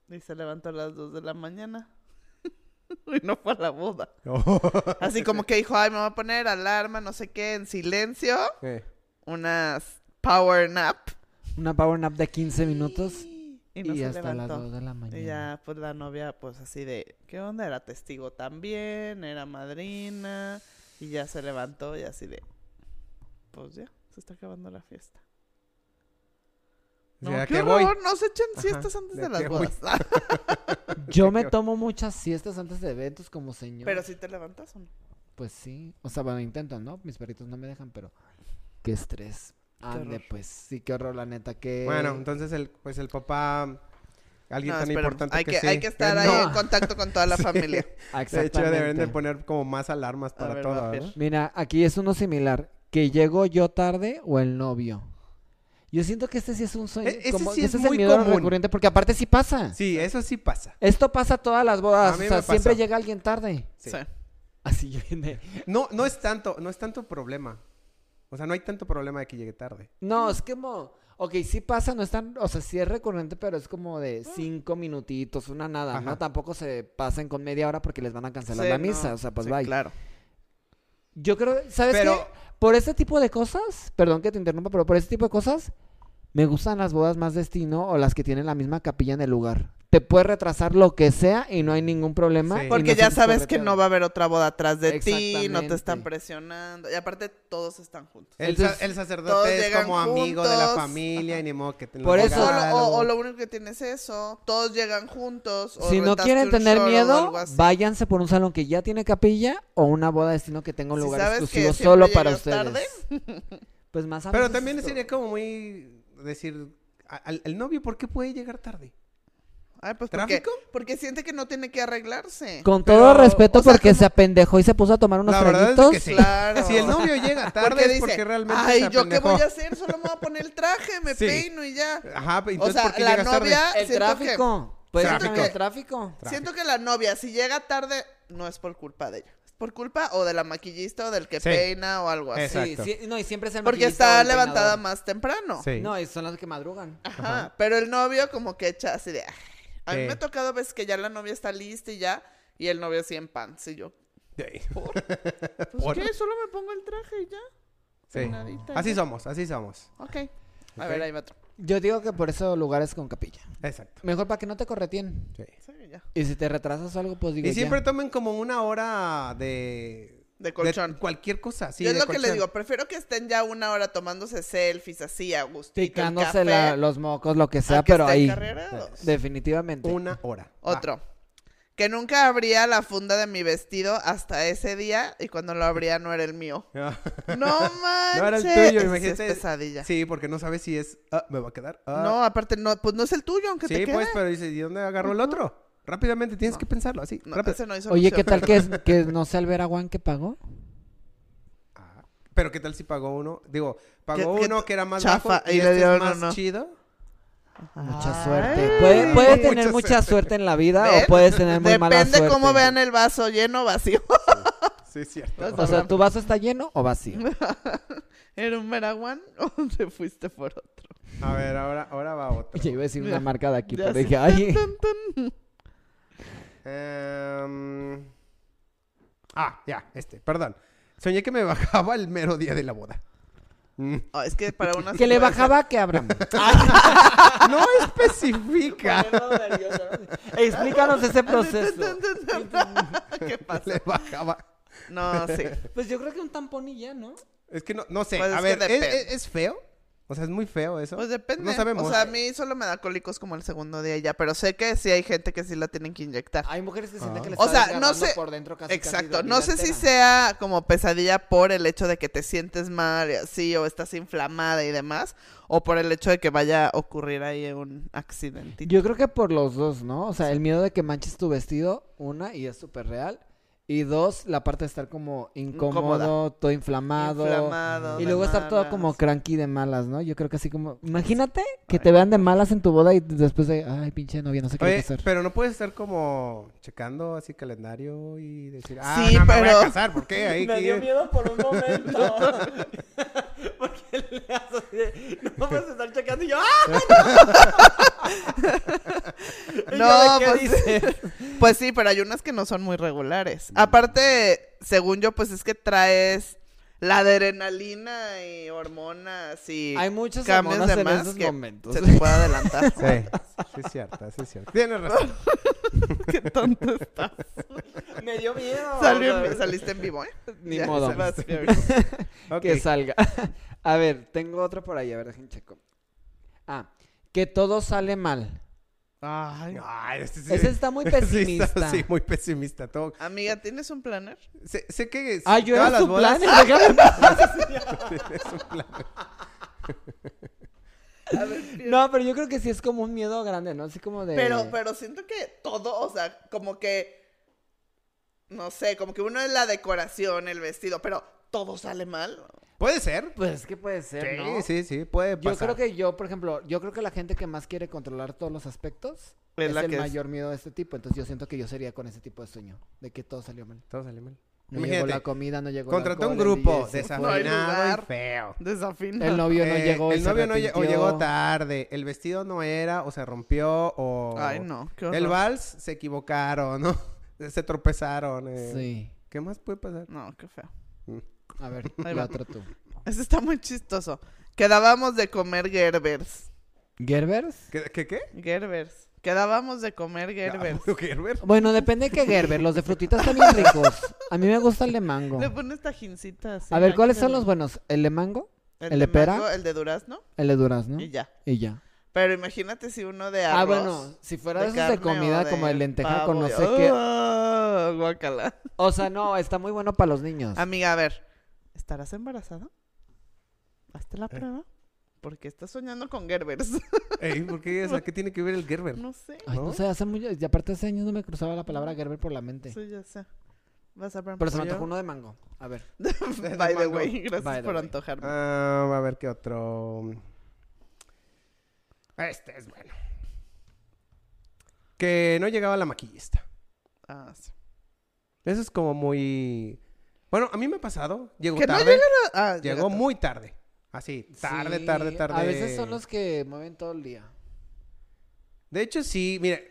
S2: y se levantó a las 2 de la mañana. y no fue a la boda. Así como que dijo, ay, me voy a poner alarma, no sé qué, en silencio,
S1: Eh,
S2: unas power nap.
S3: Una power nap de 15 minutos.
S2: Y no
S3: y
S2: se
S3: hasta las
S2: levantó.
S3: 2 de la mañana.
S2: Y ya, pues la novia, pues así de, ¿qué onda? Era testigo también, era madrina, y ya se levantó y así de, pues ya, se está acabando la fiesta. No,
S1: ¿a
S2: qué
S1: qué voy?
S2: horror, no se echen siestas antes
S1: ¿de
S2: de
S1: a
S2: las
S1: qué voy?
S2: bodas.
S3: Yo me tomo muchas siestas antes de eventos como señor.
S2: Pero si te levantas o no.
S3: Pues sí. O sea, bueno, intento, ¿no? Mis perritos no me dejan, pero qué estrés. Ande,
S2: horror.
S3: pues sí, qué horror, la neta, que...
S1: Bueno, entonces el, pues el papá, alguien
S2: No,
S1: tan
S2: esperemos.
S1: importante
S2: hay
S1: que,
S2: que,
S1: sí,
S2: Hay que estar ahí
S1: no.
S2: en contacto con toda la
S1: Sí. De
S2: familia.
S1: hecho, deben de
S3: Ah, Exactamente.
S1: poner como más alarmas para
S2: ver, va,
S1: todo.
S2: Fer.
S1: ¿no?
S3: Mira, aquí es uno similar. ¿Que llego yo tarde o el novio? Yo siento que este sí es un sueño.
S1: E- ese
S3: como-
S1: sí
S3: que
S1: es
S3: ese el
S1: muy
S3: miedo
S1: común.
S3: recurrente, porque aparte sí pasa.
S1: Sí, eso sí pasa.
S3: Esto pasa a todas las
S1: A
S3: bodas.
S1: mí
S3: O sea,
S1: me
S3: siempre
S1: pasó.
S3: llega alguien tarde.
S1: Sí.
S2: Sí.
S3: Así viene.
S1: No, no es tanto, no es tanto problema. O sea, no hay tanto problema de que llegue tarde.
S3: No, es que como, ok, sí pasa, no es tan, o sea, sí es recurrente, pero es como de cinco minutitos, una nada, ¿no?
S1: Mm. Ajá.
S3: Tampoco se pasen con media hora porque les van a cancelar
S2: Sí,
S3: la
S2: no.
S3: misa, o sea, pues
S2: Sí,
S3: bye.
S2: Claro.
S3: Yo creo, ¿sabes
S1: Pero-
S3: qué? Por este tipo de cosas, perdón que te interrumpa, pero por este tipo de cosas, me gustan las bodas más destino o las que tienen la misma capilla en el lugar. Te puedes retrasar lo que sea y no hay ningún problema.
S1: Sí.
S3: y
S2: Porque
S3: no
S2: ya
S3: sientes
S2: sabes que
S3: correteado.
S2: no va a haber otra boda atrás de ti, no
S3: Exactamente.
S2: te están presionando. Y aparte, todos están juntos.
S1: El,
S3: Entonces,
S1: sa- el
S2: todos
S1: sacerdote es
S2: llegan
S1: como amigo de la
S2: juntos.
S1: familia y ni modo que te-
S3: Por
S1: no
S3: eso-
S2: O
S1: haga
S2: lo, o-
S1: algo.
S2: o lo único que tienes es eso. Todos llegan juntos. o
S3: Si no
S2: rentaste
S3: quieren
S2: un
S3: tener
S2: short o
S3: miedo,
S2: algo así.
S3: váyanse por un salón que ya tiene capilla o una boda de destino que tenga un
S2: Si
S3: lugar
S2: sabes que
S3: exclusivo
S2: siempre
S3: solo para
S2: llegas
S3: ustedes.
S2: tarde.
S3: Pues más a
S1: Pero
S3: veces
S1: también
S3: esto-
S1: sería como muy decir, al, al novio, ¿por qué puede llegar tarde?
S2: Ay, pues porque,
S1: ¿Tráfico?
S2: porque siente que no tiene que arreglarse.
S3: Con
S2: Pero,
S3: todo respeto,
S2: o sea,
S3: porque
S2: ¿cómo?
S3: se apendejó y se puso a tomar unos
S1: La verdad es de
S3: traguitos.
S1: que sí.
S2: Claro.
S1: Si el novio llega tarde
S2: Porque
S1: es
S2: dice,
S1: porque realmente
S2: ay,
S1: se
S2: ¿yo qué
S1: apendejó".
S2: voy a hacer? Solo me voy a poner el traje, me
S1: Sí.
S2: peino y ya.
S1: Ajá, pero
S2: O
S1: entonces
S2: sea,
S1: ¿por qué
S2: la
S1: llegas tarde?
S2: novia...
S3: El
S2: Ah, siento que-
S3: tráfico. Pues
S1: Siento
S3: también
S2: que-
S3: el tráfico.
S1: Tráfico.
S2: Siento que la novia, si llega tarde, no es por culpa de ella. Es por culpa o de la maquillista o del que
S1: Sí.
S2: peina o algo así.
S1: Exacto.
S3: Sí, sí, no, y siempre es el
S2: Porque
S3: maquillista o
S2: está
S3: el
S2: levantada
S3: peinador.
S2: más temprano.
S1: Sí.
S3: No, y son las que madrugan.
S2: Ajá. Pero el novio como que echa así de... "Ay". A mí
S1: Sí.
S2: me ha tocado veces que ya la novia está lista y ya... Y el novio así en pants y yo...
S1: Sí.
S2: Pues
S1: ¿Por?
S2: qué, solo me pongo el traje y ya.
S1: Sí.
S2: Peinadita y
S1: Así
S2: ya.
S1: somos, así somos.
S2: Ok. A
S1: Ok.
S2: ver, ahí va otro.
S3: Yo digo que por eso lugares con capilla.
S1: Exacto.
S3: Mejor para que no te correteen.
S1: Sí.
S2: Sí, ya.
S3: Y si te retrasas o algo, pues digo
S1: Y siempre
S3: ya.
S1: tomen como una hora de...
S2: De colchón.
S1: de cualquier cosa, sí.
S2: yo es
S1: de
S2: lo que
S1: colchón.
S2: le digo, prefiero que estén ya una hora tomándose selfies así a gusto.
S3: Picándose la- los mocos, lo que sea, pero ahí. Definitivamente.
S1: Una hora. Va.
S2: Otro. Que nunca abría la funda de mi vestido hasta ese día y cuando lo abría no era el mío.
S1: Ah,
S2: No manches.
S1: No era el tuyo,
S2: Eso sí
S1: imagínate.
S2: Es pesadilla.
S1: Sí, porque no sabes si es... ah, ¿Me va a quedar? ah.
S2: No, aparte, no, pues no es el tuyo, aunque te
S1: Sí,
S2: quede.
S1: pues, pero dices, ¿y dónde agarró el otro? Rápidamente, tienes que pensarlo así.
S2: No,
S1: rápido.
S2: ese no hizo
S3: Oye, ¿qué tal que, es- que no sea el Vera Juan que pagó?
S1: Ah, Pero qué tal si pagó uno, digo, pagó
S2: qué
S1: uno
S2: t-
S1: que era más
S2: chafa,
S1: bajo y,
S2: y le
S1: este es
S2: dieron
S1: más
S2: uno.
S1: chido.
S3: Mucha
S2: Ay.
S3: suerte. Puede, puede
S1: Mucha
S3: tener mucha suerte.
S1: suerte.
S3: en la vida
S2: ¿Ven?
S3: o puedes tener muy mala suerte.
S2: Depende cómo vean el vaso, lleno o vacío.
S1: Sí, es cierto.
S2: No,
S3: O sea, ¿tu vaso está lleno o vacío?
S2: ¿Era un meraguán o te fuiste por otro?
S1: A ver, ahora, ahora va otro.
S3: Yo iba a decir una
S2: Ya.
S3: marca de aquí,
S2: Ya
S3: pero
S2: sé.
S3: dije, ay.
S1: Em, Ah, ya, este, perdón. Soñé que me bajaba el mero día de la boda. Mm.
S2: Oh, es que para una
S3: Que le
S2: sorpresa-
S3: bajaba que Abraham.
S1: No especifica.
S3: Explícanos ese proceso.
S2: ¿Qué pasa?
S1: Le bajaba.
S2: No, sí.
S3: Pues yo creo que un tampón y ya, ¿no?
S1: Es que no, no sé.
S2: Pues es
S1: a
S2: que
S1: ver, ¿es,
S2: depende.
S1: es- es feo? O sea, es muy feo eso.
S2: Pues depende.
S1: No sabemos.
S2: O sea, a mí solo me da cólicos como el segundo día y ya, pero sé que sí hay gente que sí la tienen que inyectar.
S3: Hay mujeres que sienten
S1: Ah.
S3: que les
S2: O
S3: está
S2: sea, no
S3: desgarrando
S2: sé-
S3: por dentro casi, casi
S2: Exacto.
S3: la
S2: No
S3: vida
S2: sé si
S3: entera.
S2: sea como pesadilla por el hecho de que te sientes mal y así, o estás inflamada y demás, o por el hecho de que vaya a ocurrir ahí un accidentito.
S3: Yo creo que por los dos, ¿no? O sea, el miedo de que manches tu vestido, una, y es súper real. Y dos, la parte de estar como incómodo, todo inflamado.
S2: Inflamado,
S3: y
S2: de
S3: luego estar todo
S2: malas.
S3: como cranky de malas, ¿no? Yo creo que así como... Imagínate que te vean de malas en tu boda y después de... Ay, pinche novia, no sé qué hay que
S1: Oye,
S3: hacer.
S1: pero no puedes estar como checando así calendario y decir, ah,
S2: Sí,
S1: no me voy
S2: pero-
S1: a casar, ¿por qué? Ahí
S3: Me
S1: aquí-
S3: dio miedo por un momento. Porque le haces así de, no vas a estar checando y yo, ¡ah! No,
S2: No,
S3: ¿Y yo de
S2: pues-
S3: qué dices?
S2: Pues sí, pero hay unas que no son muy regulares. Aparte, según yo, pues es que traes la adrenalina y hormonas y
S3: Hay muchas
S2: cambios
S3: hormonas
S2: de
S3: en
S2: más
S3: esos
S2: que
S3: momentos.
S2: se te puede adelantar.
S1: Sí, sí es cierto, sí es cierto. Tienes razón.
S2: Qué tonto estás.
S3: Me dio miedo.
S2: Salió-
S3: o sea,
S2: saliste en vivo, ¿eh?
S3: Ni
S2: Ya,
S3: modo.
S2: vas, Fiorita.
S1: Ok.
S3: Que salga. A ver, tengo otra por ahí. A ver, déjenme checo. Ah, que todo sale mal.
S2: Ay.
S1: Ay, este sí-
S3: Ese está muy
S1: sí está-
S3: pesimista.
S1: Sí, muy pesimista. Todo.
S2: Amiga, ¿tienes un planner?
S1: Sé, sé que s-
S3: Ah, yo
S1: todas
S3: era
S1: las
S3: su
S1: bodas-
S3: plan. déjame en paz.
S1: es un plan.
S2: A ver, Fiorita.
S3: No, pero yo creo que sí es como un miedo grande, ¿no? Así como de...
S2: pero, pero siento que todo, o sea, como que. No sé, como que uno es la decoración, el vestido, pero todo sale mal.
S1: Puede ser.
S3: Pues, ¿qué puede ser,
S1: Sí,
S3: no?
S1: sí, sí, puede
S3: Yo
S1: pasar.
S3: creo que yo, por ejemplo, yo creo que la gente que más quiere controlar todos los aspectos
S2: Es
S3: es,
S2: la
S3: el
S2: que es.
S3: mayor miedo de este tipo. Entonces yo siento que yo sería con ese tipo de sueño, de que todo salió mal.
S1: Todo sale mal.
S3: No llegó
S1: Imagínate,
S3: la comida, no llegó el
S1: contrató un
S3: alcohol, el
S1: grupo
S3: DJ se fue.
S2: No hay
S1: desafinado
S2: lugar.
S1: y feo.
S2: Desafina.
S3: El novio no
S1: Eh,
S3: llegó. y
S1: el
S3: se
S1: novio no lle- o
S3: arrepintió.
S1: llegó tarde, el vestido no era, o se rompió, o...
S2: Ay, no. Qué
S1: El
S2: horror.
S1: vals se equivocaron, ¿no? Se tropezaron. eh.
S3: Sí.
S1: ¿Qué más puede pasar?
S2: No, qué feo.
S3: A ver,
S2: Ahí
S3: la
S2: va.
S3: otra tú.
S2: Eso está muy chistoso. Quedábamos de comer Gerbers.
S3: ¿Gerbers?
S1: ¿Qué? ¿Qué? qué?
S2: Gerbers. Quedábamos de comer Gerbers.
S1: Ah, Gerber.
S3: Bueno, depende de qué Gerber. Los de frutitas están bien ricos. A mí me gusta el de mango.
S2: Le pones tajincita así.
S3: A ver,
S2: Ay,
S3: ¿cuáles
S2: qué
S3: son los
S2: delicia.
S3: buenos? ¿El de mango?
S2: El,
S3: ¿El
S2: de
S3: de pera?
S2: mango, el de durazno
S3: ¿El de durazno?
S2: y ya.
S3: Y ya.
S2: Pero imagínate si uno de arroz.
S3: Ah, bueno, si fuera de esos de
S2: carne
S3: comida,
S2: o de
S3: como de lenteja
S2: pavo
S3: con no
S2: y-
S3: sé qué.
S2: ¡Ah! guácala.
S3: O sea, no, está muy bueno para los niños.
S1: Eh.
S2: Amiga, a ver. ¿Estarás embarazada? Hazte la prueba. Porque está soñando con Gerbers.
S1: Ey, ¿por qué? O sea, ¿qué tiene que ver el Gerber?
S2: no sé.
S3: Ay, no,
S1: ¿No?
S3: sé, hace mucho. Y aparte, hace años no me cruzaba la palabra Gerber por la mente.
S2: Sí, ya sé. Vas a
S3: Pero se me antojó uno de mango. A ver.
S2: By the
S1: mango.
S2: way, gracias
S3: By the
S2: por
S3: way.
S2: antojarme.
S1: Ah, a ver qué otro. Este es bueno. Que no llegaba la maquillista.
S2: Ah, sí.
S1: Eso es como muy. Bueno, a mí me ha pasado. Llegó
S2: Que no
S1: tarde.
S2: Ah,
S1: Llegó
S2: llega-
S1: muy tarde. Así, tarde,
S3: Sí,
S1: tarde, tarde.
S3: A veces son los que mueven todo el día.
S1: De hecho, sí, mira. eh,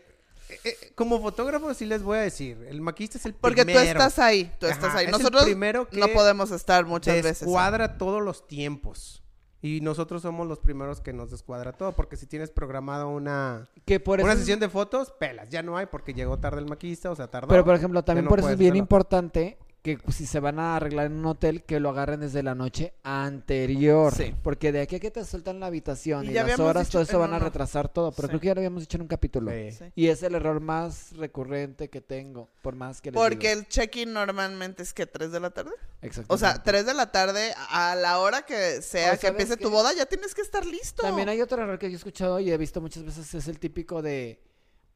S1: eh, como fotógrafo, sí les voy a decir. El maquillista es el
S2: Porque
S1: primero.
S2: tú estás ahí, tú
S1: Ajá,
S2: estás ahí.
S1: es el
S2: Nosotros
S1: primero que
S2: no podemos estar muchas veces. ahí.
S1: descuadra todos los tiempos. Y nosotros somos los primeros que nos descuadra todo. Porque si tienes programada una.
S3: Que por
S1: Una
S3: eso es-
S1: sesión de fotos, pelas, ya no hay porque llegó tarde el maquillista, o sea, tardó.
S3: Pero por ejemplo, también
S1: no
S3: por eso
S1: puedes
S3: es bien
S1: hacerlo.
S3: importante que pues, si se van a arreglar en un hotel, que lo agarren desde la noche anterior.
S2: Sí.
S3: Porque de aquí a que te sueltan la habitación
S2: Y
S3: y,
S2: ya
S3: las
S2: habíamos
S3: horas,
S2: dicho-
S3: todo
S2: eh,
S3: eso van
S2: no,
S3: a
S2: no.
S3: retrasar todo. Pero
S2: Sí.
S3: creo que ya lo habíamos dicho en un capítulo.
S1: Sí.
S2: Sí.
S3: Y es el error más recurrente que tengo, por más que les
S2: Porque
S3: diga.
S2: el check-in normalmente es que 3 de la tarde.
S3: Exactamente.
S2: O sea, 3 de la tarde a la hora que sea
S3: O
S2: que
S3: sabes
S2: empiece tu
S3: qué?
S2: boda, ya tienes que estar listo.
S3: También hay otro error que yo he escuchado y he visto muchas veces, es el típico de...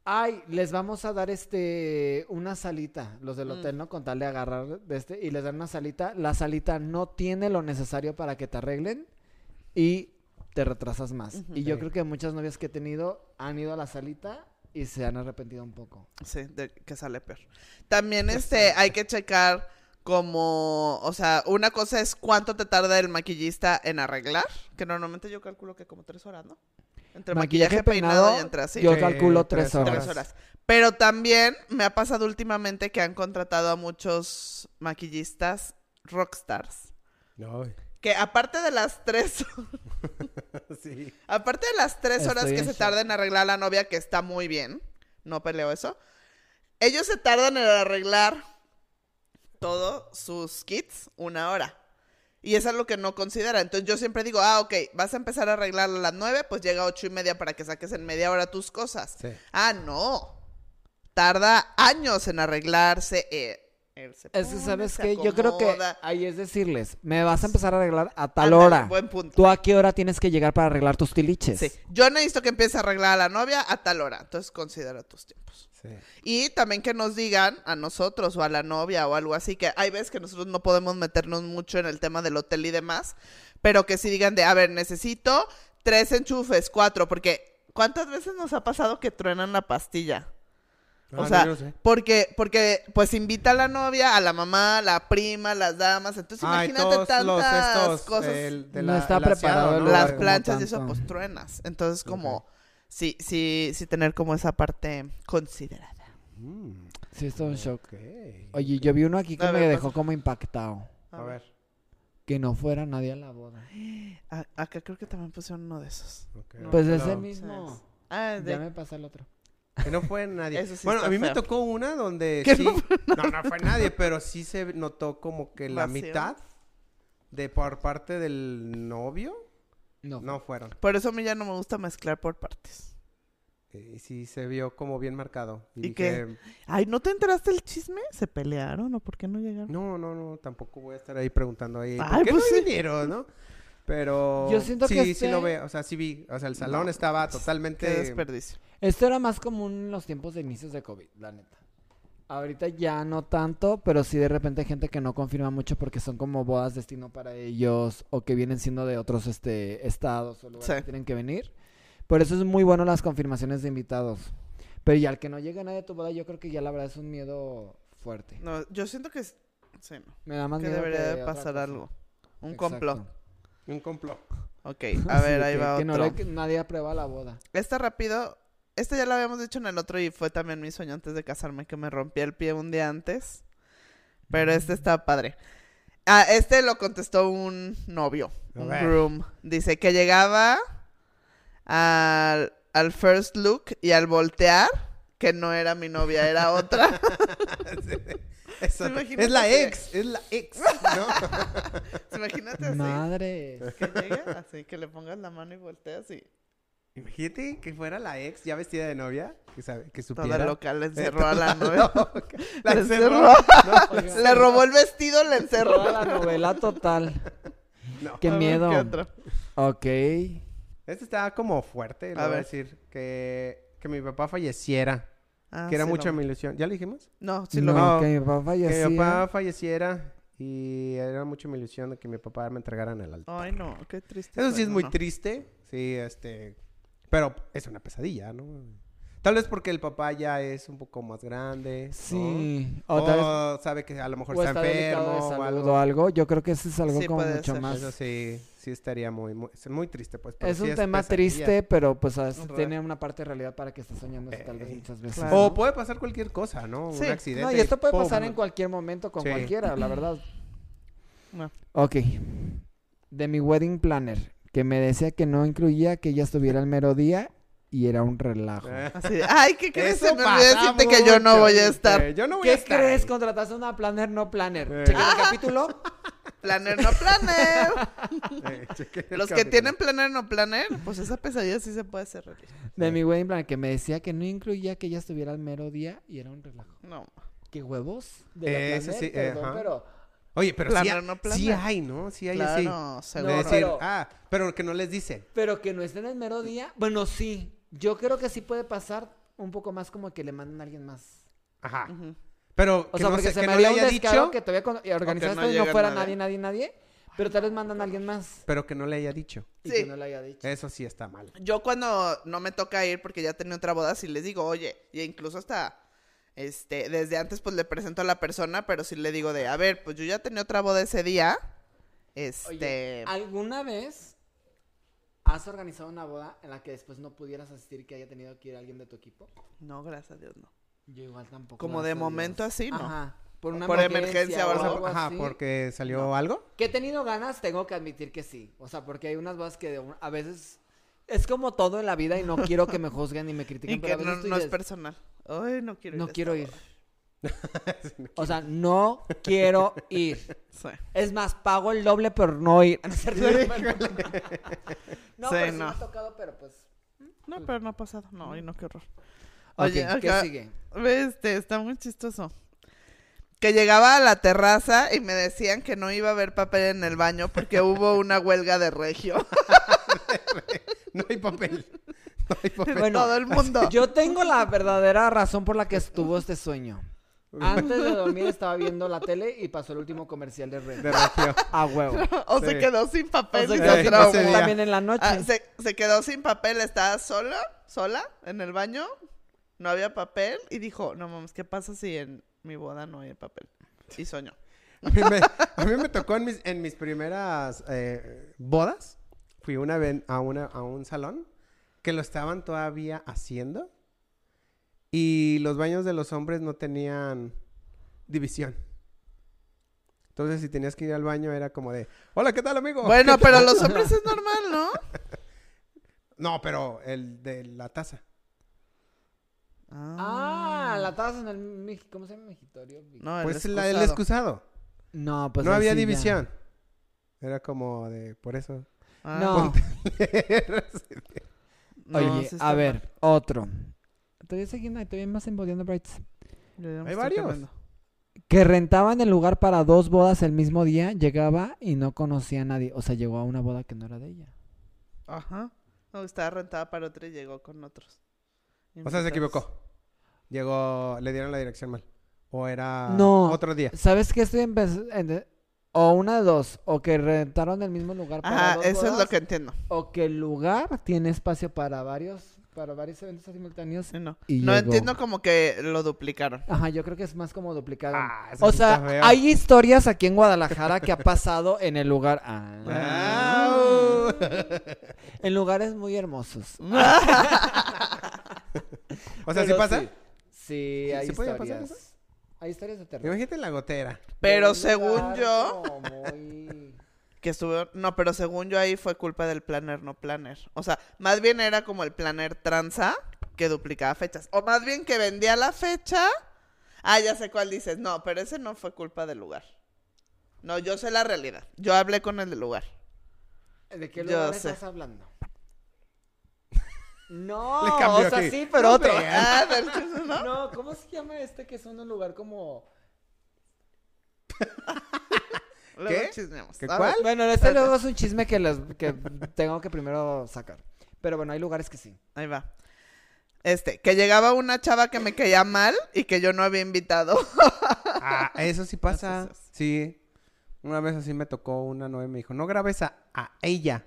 S3: Ay, les vamos a dar este una salita, los del
S2: Mm.
S3: hotel, ¿no? Con tal de agarrar de este y les dan una salita. La salita no tiene lo necesario para que te arreglen y te retrasas más.
S2: Ujú.
S3: Y yo
S1: Sí.
S3: creo que muchas novias que he tenido han ido a la salita y se han arrepentido un poco.
S2: Sí, de- que sale peor. También este, hay que checar como, o sea, una cosa es cuánto te tarda el maquillista en arreglar, que normalmente yo calculo que como tres horas, ¿no? Entre maquillaje, peinado, y entre así.
S3: Yo
S1: Sí,
S3: calculo
S1: tres
S3: tres, horas.
S2: Tres horas. Pero también me ha pasado últimamente que han contratado a muchos maquillistas rockstars.
S1: No, güey.
S2: Que aparte de las tres,
S1: sí.
S2: aparte de las tres horas
S3: Estoy
S2: que
S3: en
S2: se
S3: shock.
S2: tarda en arreglar la novia, que está muy bien, no peleo eso, ellos se tardan en arreglar todos sus kits una hora. Y eso es lo que no considera. Entonces yo siempre digo, ah, ok, vas a empezar a arreglar a las nueve, pues llega a ocho y media para que saques en media hora tus cosas.
S1: Sí.
S2: Ah, no. Tarda años en arreglarse. eh, él se
S3: Es que
S2: pone,
S3: sabes
S2: se
S3: que yo creo que
S2: acomoda.
S3: ahí es decirles, me vas a empezar a arreglar a tal
S2: Ándale,
S3: hora.
S2: Buen punto.
S3: ¿Tú a qué hora tienes que llegar para arreglar tus tiliches?
S2: Sí. Yo necesito que empiece a arreglar a la novia a tal hora. Entonces considera tus tiempos.
S1: sí.
S2: Y también que nos digan a nosotros o a la novia o algo así, que hay veces que nosotros no podemos meternos mucho en el tema del hotel y demás, pero que sí digan de, a ver, necesito tres enchufes, cuatro, porque ¿cuántas veces nos ha pasado que truenan la pastilla?
S1: Ah,
S2: O
S1: no,
S2: sea,
S1: yo no sé.
S2: porque, porque, pues invita a la novia, a la mamá, a la prima, a las damas. Entonces
S1: Ay,
S2: pues imagínate tantas
S1: los estos, eh,
S2: cosas.
S1: el de
S3: No
S1: la-
S3: está
S1: el aseado,
S3: preparado el
S1: ¿no?
S2: las
S3: lugar.
S2: planchas y
S3: como
S2: eso,
S3: tanto.
S2: pues truenas. Entonces, como, sí, sí, sí tener como esa parte considerada.
S1: Mm,
S3: Sí, esto es un shock.
S1: ok.
S3: Oye, yo vi uno aquí que
S2: A
S3: me
S2: ver,
S3: dejó como impactado.
S1: A ver.
S3: Que no fuera nadie a la boda.
S2: A- acá creo que también pusieron uno de esos.
S1: ok.
S3: Pues
S1: Pero-
S3: ese mismo.
S2: Ah, de-
S3: Ya me pasa el otro.
S1: Que no fue nadie.
S2: Eso sí
S1: bueno,
S2: está
S1: a mí me
S2: feo.
S1: tocó una donde
S2: Que
S1: sí.
S2: no
S1: No, no fue nadie, pero sí se notó como que la
S2: Vacío.
S1: mitad de por parte del novio
S3: No.
S1: no fueron.
S2: Por eso a mí ya no me gusta mezclar por partes.
S1: Y sí se vio como bien marcado. Y,
S2: ¿Y
S1: dije,
S2: Ay, ¿no te enteraste el chisme? ¿Se pelearon o por qué no llegaron?
S1: No, no, no, tampoco voy a estar ahí preguntando ahí. ¿Por
S2: Ay,
S1: qué
S2: pues
S1: no
S2: sí.
S1: vinieron, no? Pero
S3: Yo siento
S1: sí,
S3: que
S1: sí
S3: este-
S1: lo veo, o sea, sí vi, o sea, el salón estaba
S2: Qué
S1: totalmente
S2: desperdicio.
S3: Esto era más común en los tiempos de inicios de COVID, la neta. Ahorita ya no tanto, pero sí de repente hay gente que no confirma mucho porque son como bodas destino para ellos o que vienen siendo de otros este, estados o lugares
S2: Sí.
S3: que tienen que venir. Por eso es muy bueno las confirmaciones de invitados. Pero ya al que no llegue nadie a tu boda, yo creo que ya la verdad es un miedo fuerte.
S2: No, yo siento que es- sí, no,
S3: Me da más
S2: que
S3: miedo que
S2: debería de
S3: otra
S2: pasar
S3: cosa.
S2: algo. Un
S3: Exacto. Pues
S2: complot.
S1: un complot.
S2: Ok, a
S3: Sí,
S2: ver, ahí
S3: que-
S2: va
S3: que
S2: otro.
S3: no le- que nadie aprueba la boda.
S2: Esta rápido, esta ya la habíamos dicho en el otro y fue también mi sueño antes de casarme, que me rompí el pie un día antes. Pero este está padre. Ah, este lo contestó un novio,
S1: A
S2: un
S1: ver.
S2: groom. Dice que llegaba al, al first look y al voltear, que no era mi novia, era otra.
S1: Es, otra-
S2: Imagínate
S1: es la
S2: que-
S1: ex, es la ex, ¿no?
S2: Imagínate así.
S3: Madre.
S2: Que llega así, que le pongas la mano y volteas y
S1: Imagínate que fuera la ex ya vestida de novia, que sabe, que
S2: toda
S1: supiera.
S2: loca le
S1: Eh,
S2: encerró a la
S1: toda
S2: novia.
S1: loca. La
S2: La
S1: encerró.
S2: encerró.
S1: No,
S2: Le robó el vestido, la encerró.
S3: Toda la novela total.
S1: No.
S3: Qué
S2: A ver,
S3: miedo.
S2: ¿qué otro?
S3: Ok.
S1: Este estaba como fuerte, le voy
S2: A
S1: a
S2: ver.
S1: decir. Que, que mi papá falleciera.
S2: Ah,
S1: que era
S2: sí,
S1: mucha
S2: lo-
S1: mi ilusión. ¿Ya lo dijimos?
S2: No, sí lo
S1: No.
S2: vi.
S3: que mi papá ya
S1: Que mi
S3: hacía-
S1: papá falleciera. Y era mucha mi ilusión de que mi papá me entregaran el altar.
S2: Ay, no, qué
S3: Oh,
S2: triste.
S1: Eso sí es
S2: suena,
S1: muy
S2: ¿no?
S1: triste. Sí, este. Pero es una pesadilla, ¿no? Tal vez porque el papá ya es un poco más grande. ¿no?
S3: Sí.
S1: O,
S3: O, tal vez-
S1: sabe que Oh, a lo mejor
S3: o
S1: está,
S3: está delicado de
S1: enfermo o
S3: salud
S1: algo.
S3: o algo. Yo creo que eso es algo
S2: Sí,
S3: como
S2: puede
S3: mucho
S2: ser.
S3: más.
S1: Eso sí, sí estaría muy, muy, es muy triste, pues. pero
S3: Es
S1: sí
S3: un tema
S1: pesadilla.
S3: triste, pero pues a veces
S2: Un
S3: tiene una parte de realidad para que estés soñando eso tal vez
S1: Ey,
S3: muchas veces.
S2: claro.
S1: O
S3: ¿no?
S1: puede pasar cualquier cosa, ¿no?
S2: Sí.
S1: Un
S2: No, y
S1: accidente.
S3: No, y esto puede
S1: ¡pum!
S3: pasar en cualquier momento con
S1: Sí.
S3: cualquiera, la verdad.
S2: No.
S3: Ok. De mi wedding planner, que me decía que no incluía que ella estuviera el mero día y era un relajo.
S1: Eh,
S2: Así de, ay, ¿qué crees? Se
S1: eso
S2: me olvidó
S1: pasa
S2: decirte que yo no
S1: mucho,
S2: voy a estar.
S1: dice, Yo no voy a
S3: ¿Qué
S1: estar.
S3: crees? ¿Contrataste una planner no planner?
S1: Eh.
S3: Chequen el capítulo.
S2: Planner no planner.
S1: Eh, chequen el
S2: Los que
S1: capítulo.
S2: tienen planner no planner, pues esa pesadilla sí se puede hacer realidad.
S3: De mi wedding planner, que me decía que no incluía que ella estuviera el mero día y era un relajo.
S2: No.
S3: ¿Qué huevos? De la
S1: Eh, ese
S3: planner,
S1: sí, eh,
S3: perdón,
S1: ajá.
S3: pero...
S1: Oye, pero sí,
S2: Planer,
S1: ha-
S2: no
S1: sí
S2: planer.
S1: hay, ¿no? Sí hay así.
S2: Claro,
S1: De
S3: No,
S2: seguro.
S1: decir,
S3: pero-
S1: ah, pero que no les dicen.
S3: Pero que no esté en el mero día. Bueno, sí. Yo creo que sí puede pasar un poco más como que le manden a alguien más.
S1: Ajá.
S2: Ujú.
S1: Pero
S3: O
S1: que
S3: sea,
S1: no,
S3: porque
S1: se,
S3: se
S1: que
S3: me
S1: no le
S3: haría un
S1: haya
S3: descaro
S1: dicho.
S3: que todavía con- y organizaste
S2: no
S3: y no
S2: llega
S3: fuera
S2: nadie.
S3: nadie, nadie, nadie. Pero tal vez mandan a alguien más.
S1: Pero que no le haya dicho.
S3: Y
S2: Sí.
S3: que no le haya dicho.
S1: Eso sí está mal.
S2: Yo cuando no me toca ir porque ya tenía otra boda, sí les digo, oye, y incluso hasta, este, desde antes pues le presento a la persona, pero sí le digo de, a ver, pues yo ya tenía otra boda ese día,
S3: Oye,
S1: ah,
S2: este,
S3: ¿alguna vez has organizado una boda en la que después no pudieras asistir y que haya tenido que ir alguien de tu equipo?
S2: no, gracias a Dios, no.
S3: Yo igual tampoco.
S2: Como de
S3: gracias a
S2: momento
S3: Dios.
S2: así, ¿no?
S3: Ajá. Por una
S2: Por emergencia o
S1: O sea,
S2: algo
S1: ajá,
S3: así.
S1: porque salió algo.
S3: Que he tenido ganas, tengo que admitir que sí. O sea, porque hay unas cosas que de un- a veces es como todo en la vida y no quiero que me juzguen ni me critiquen,
S2: Y
S3: pero
S2: que
S3: a veces
S2: no,
S3: tú
S2: no es
S3: dices,
S2: personal. Ay, no quiero ir.
S3: no
S2: a
S3: quiero ir.
S2: esta
S3: O sea, no quiero ir.
S2: boda. Sí.
S3: Es más, pago el doble por no ir. No, es cierto, no,
S2: Sí,
S3: pero sí
S2: no.
S3: me ha tocado, pero pues.
S2: No, pero no ha pasado. No, ay, no, qué horror.
S3: Oye,
S2: Oye,
S3: ¿qué
S2: acá-
S3: sigue?
S2: Ve, Este, está muy chistoso. Que llegaba a la terraza y me decían que no iba a haber papel en el baño porque hubo una huelga de regio.
S1: No hay papel. No hay papel.
S2: pues
S3: Bueno,
S2: Todo el mundo.
S3: Yo tengo la verdadera razón por la que estuvo este sueño. Antes de dormir estaba viendo la tele y pasó el último comercial de Red.
S1: De regio.
S3: A huevo.
S2: o
S1: Sí.
S2: se quedó sin papel
S3: O
S2: y
S1: sí,
S3: sea,
S2: se
S3: que
S1: sí,
S2: traumó.
S1: ese día.
S3: también en la noche.
S2: Ah, se, se quedó sin papel, estaba sola, sola en el baño, no había papel y dijo, no mames, ¿qué pasa si en mi boda no hay papel? Y soñó.
S1: A mí me, a mí me tocó en mis, en mis primeras eh, bodas. Fui una vez a, una, a un salón que lo estaban todavía haciendo y los baños de los hombres no tenían división. Entonces, si tenías que ir al baño, era como de: Hola, ¿qué tal, amigo?
S2: Bueno, pero los hombres es normal, ¿no?
S1: No, pero el de la taza.
S3: Ah, la taza en el mij- ¿Cómo se llama? Migitorio.
S2: No, Ah, el
S1: Pues la- el
S2: excusado.
S1: excusado.
S3: No, pues
S1: no
S3: ahí
S1: había
S3: sí ya.
S1: división. Era como de, por eso.
S2: Ah,
S3: No.
S2: no,
S3: Oye,
S2: sí está
S3: a ver, otro. Todavía seguimos, todavía más en Bodeando Brights.
S2: mal. Yo ya me
S1: Hay
S2: estoy
S1: varios.
S2: quemando.
S3: Que rentaban el lugar para dos bodas el mismo día, llegaba y no conocía a nadie. O sea, llegó a una boda que no era de ella.
S2: Ajá. No, estaba rentada para otra y llegó con otros.
S1: o sea, se
S2: Invitados.
S1: equivocó. Llegó, le dieron la dirección mal. O era
S3: No.
S1: otro día.
S3: ¿Sabes qué estoy empezando? O una de dos, o que rentaron el mismo lugar para
S2: Ajá,
S3: dos
S2: eso es lo
S3: bodas,
S2: que entiendo.
S3: o que el lugar tiene espacio para varios, para varios eventos simultáneos.
S2: Sí, no
S3: Y
S2: no
S3: llegó.
S2: entiendo como que lo duplicaron.
S3: Ajá, yo creo que es más como duplicado.
S1: Ah, eso
S3: o
S1: sí está feo.
S3: sea, hay historias aquí en Guadalajara que ha pasado en el lugar. Ah.
S1: ¡Au!
S3: En lugares muy hermosos.
S1: o sea, ¿sí
S3: Pero
S1: pasa?
S3: Sí, Sí, hay
S1: ¿Sí podía
S3: historias.
S1: pasar
S3: Hay historias de terror.
S1: Imagínate la gotera.
S2: Pero
S3: De un
S2: según
S3: lugar
S2: yo-
S3: como muy-
S2: Que estuvo... No, pero según yo ahí fue culpa del planner, no planner. O sea, más bien era como el planner tranza que duplicaba fechas. O más bien que vendía la fecha. Ah, ya sé cuál dices. No, pero ese no fue culpa del lugar. No, yo sé la realidad. Yo hablé con el del lugar.
S3: ¿De qué
S2: Yo
S3: lugar
S2: sé.
S3: estás hablando? No,
S1: Le cambió
S3: o sea,
S1: aquí.
S3: sí, pero
S1: No
S3: otro.
S1: veas.
S2: Ah, del que se- ¿no?
S3: No, ¿cómo se llama este que es un lugar como
S2: Luego
S1: ¿Qué?
S2: chismeamos.
S1: ¿Qué
S2: A ver,
S1: cuál?
S3: Bueno, este luego es un chisme que, les, que tengo que primero sacar. Pero bueno, hay lugares que sí.
S2: Ahí va. Este, que llegaba una chava que me caía mal y que yo no había invitado.
S1: Ah, eso sí pasa.
S2: Eso sí.
S1: Sí. Una vez así me tocó una novia y me dijo, no grabes a, a ella.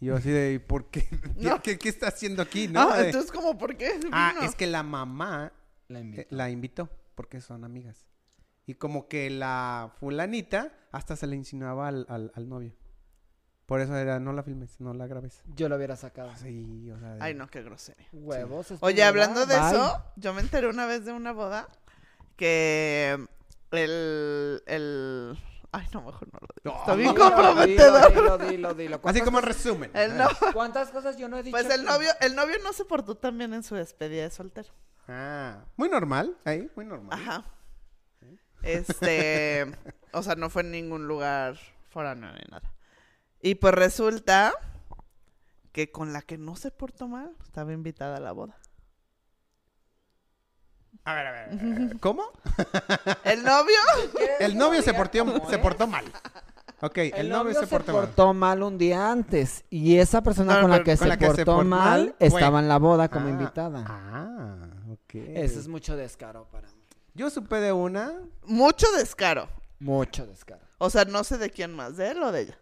S1: Y yo así de, "¿Y ¿por qué?
S2: No.
S1: ¿Qué, qué está haciendo aquí? No,
S2: ah,
S1: De-
S2: entonces como por qué?
S1: Ah,
S2: Vino.
S1: es que la mamá
S3: La
S1: eh,
S3: invito.
S1: la invitó porque son amigas. Y como que la fulanita hasta se le insinuaba al, al- al novio. Por eso era, no la filmes, no la grabes.
S3: Yo lo hubiera sacado.
S1: Ah. Sí, o sea, de-
S2: Ay, no, qué grosería.
S3: Huevos.
S2: Oye,
S3: espera,
S2: hablando de
S3: bye.
S2: eso, yo me enteré una vez de una boda que el, el... Ay, no, mejor no lo digo.
S1: No,
S2: Está bien
S3: Dilo,
S2: comprometedor.
S3: Dilo, dilo, dilo, dilo.
S1: Así
S3: ¿Cuántas,
S1: como en resumen.
S2: El no-
S3: cuántas cosas yo no he dicho?
S2: Pues el
S3: aquí?
S2: novio, el novio no se portó tan bien en su despedida de soltero.
S1: Ah, muy normal, ahí, muy normal.
S2: Ajá. Este, o sea, no fue en ningún lugar foráneo ni nada. Y pues resulta que con la que no se portó mal, estaba invitada a la boda.
S1: A ver, a ver, a ver. ¿Cómo?
S2: El novio,
S1: El novio se portó,
S3: ¿Cómo,
S1: se
S3: eh?
S1: portó mal. Ok, el, novio, se portó, mal.
S3: mal. un día antes y esa persona
S2: No,
S3: con la
S2: pero
S3: que,
S1: con
S3: se,
S1: la que
S3: portó
S1: se portó
S3: mal
S1: mal fue-
S3: estaba en la boda como
S1: Ah,
S3: invitada.
S1: Ah, ok.
S3: Eso es mucho descaro para mí.
S1: Yo supe de una.
S2: mucho descaro.
S3: Mucho descaro.
S2: O sea, no sé de quién más, de él o de ella.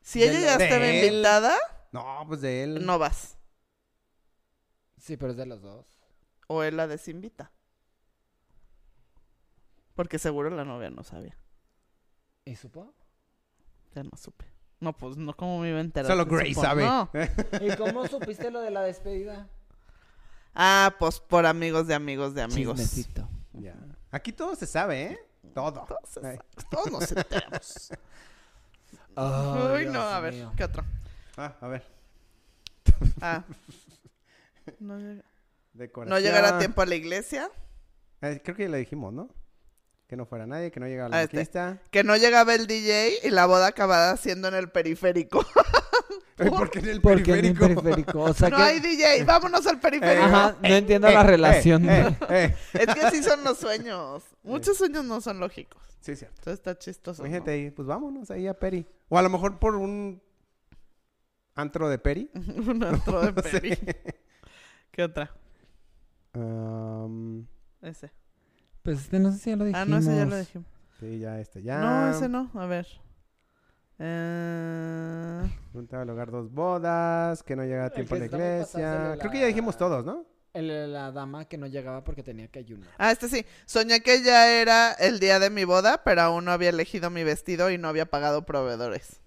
S2: Si
S3: De
S2: ella
S3: la-
S2: ya
S1: de
S2: estaba
S1: él.
S2: invitada,
S1: No, pues de él.
S2: no vas.
S3: Sí, pero es de los dos.
S2: O él la desinvita. Porque seguro la novia no sabía.
S3: ¿Y supo?
S2: Ya no supe. No, pues no, ¿cómo me iba a enterar?
S1: Solo
S2: si
S1: Gray
S2: supo?
S1: sabe.
S2: No.
S3: ¿Y cómo supiste lo de la despedida?
S2: Ah, pues por amigos de amigos de amigos.
S3: Chismecito.
S1: Ya. Aquí todo se sabe, ¿eh? Todo.
S2: Entonces,
S1: Ay.
S2: todos nos enteramos.
S3: Ay,
S2: Uy, no,
S3: Dios
S2: a ver,
S3: mío.
S2: ¿qué otro?
S1: Ah, a ver.
S2: Ah. No, llega- no
S1: Decoración.
S2: llegar a tiempo a la iglesia.
S1: Eh, creo que ya le dijimos, ¿no? Que no fuera nadie, que no llegara
S2: Ah,
S1: la
S2: este.
S1: lista.
S2: Que no llegaba el DJ y la boda acababa siendo en el periférico.
S1: ¿Por qué en el
S3: ¿Por qué en el
S1: periférico?
S3: periférico? O sea
S2: no
S3: que...
S2: hay DJ, vámonos al periférico.
S3: Ajá, no entiendo la
S1: Eh,
S3: relación.
S1: eh, eh, eh.
S2: Es que sí son los sueños. Muchos sueños no son lógicos.
S1: Sí, es cierto.
S2: Entonces está chistoso. ¿no?
S1: Imagínate ahí, pues vámonos ahí a Peri. O a lo mejor por un antro de Peri.
S2: Un antro de
S1: No sé.
S2: peri. ¿Qué otra?
S1: Am,
S2: Ese.
S3: Pues este, no sé si ya lo dijimos.
S2: Ah, no, ese ya lo dijimos.
S1: sí, ya este, ya.
S2: No, ese no. A ver. Eh...
S1: Preguntaba al hogar dos bodas, que no llega a
S3: El
S1: tiempo a
S3: que
S1: la
S3: está muy
S1: iglesia.
S3: pasándole
S1: Creo que
S3: la-
S1: ya dijimos todos, ¿no?
S3: El- la dama que no llegaba porque tenía que ayunar.
S2: Ah, este sí. Soñé que ya era el día de mi boda, pero aún no había elegido mi vestido y no había pagado proveedores.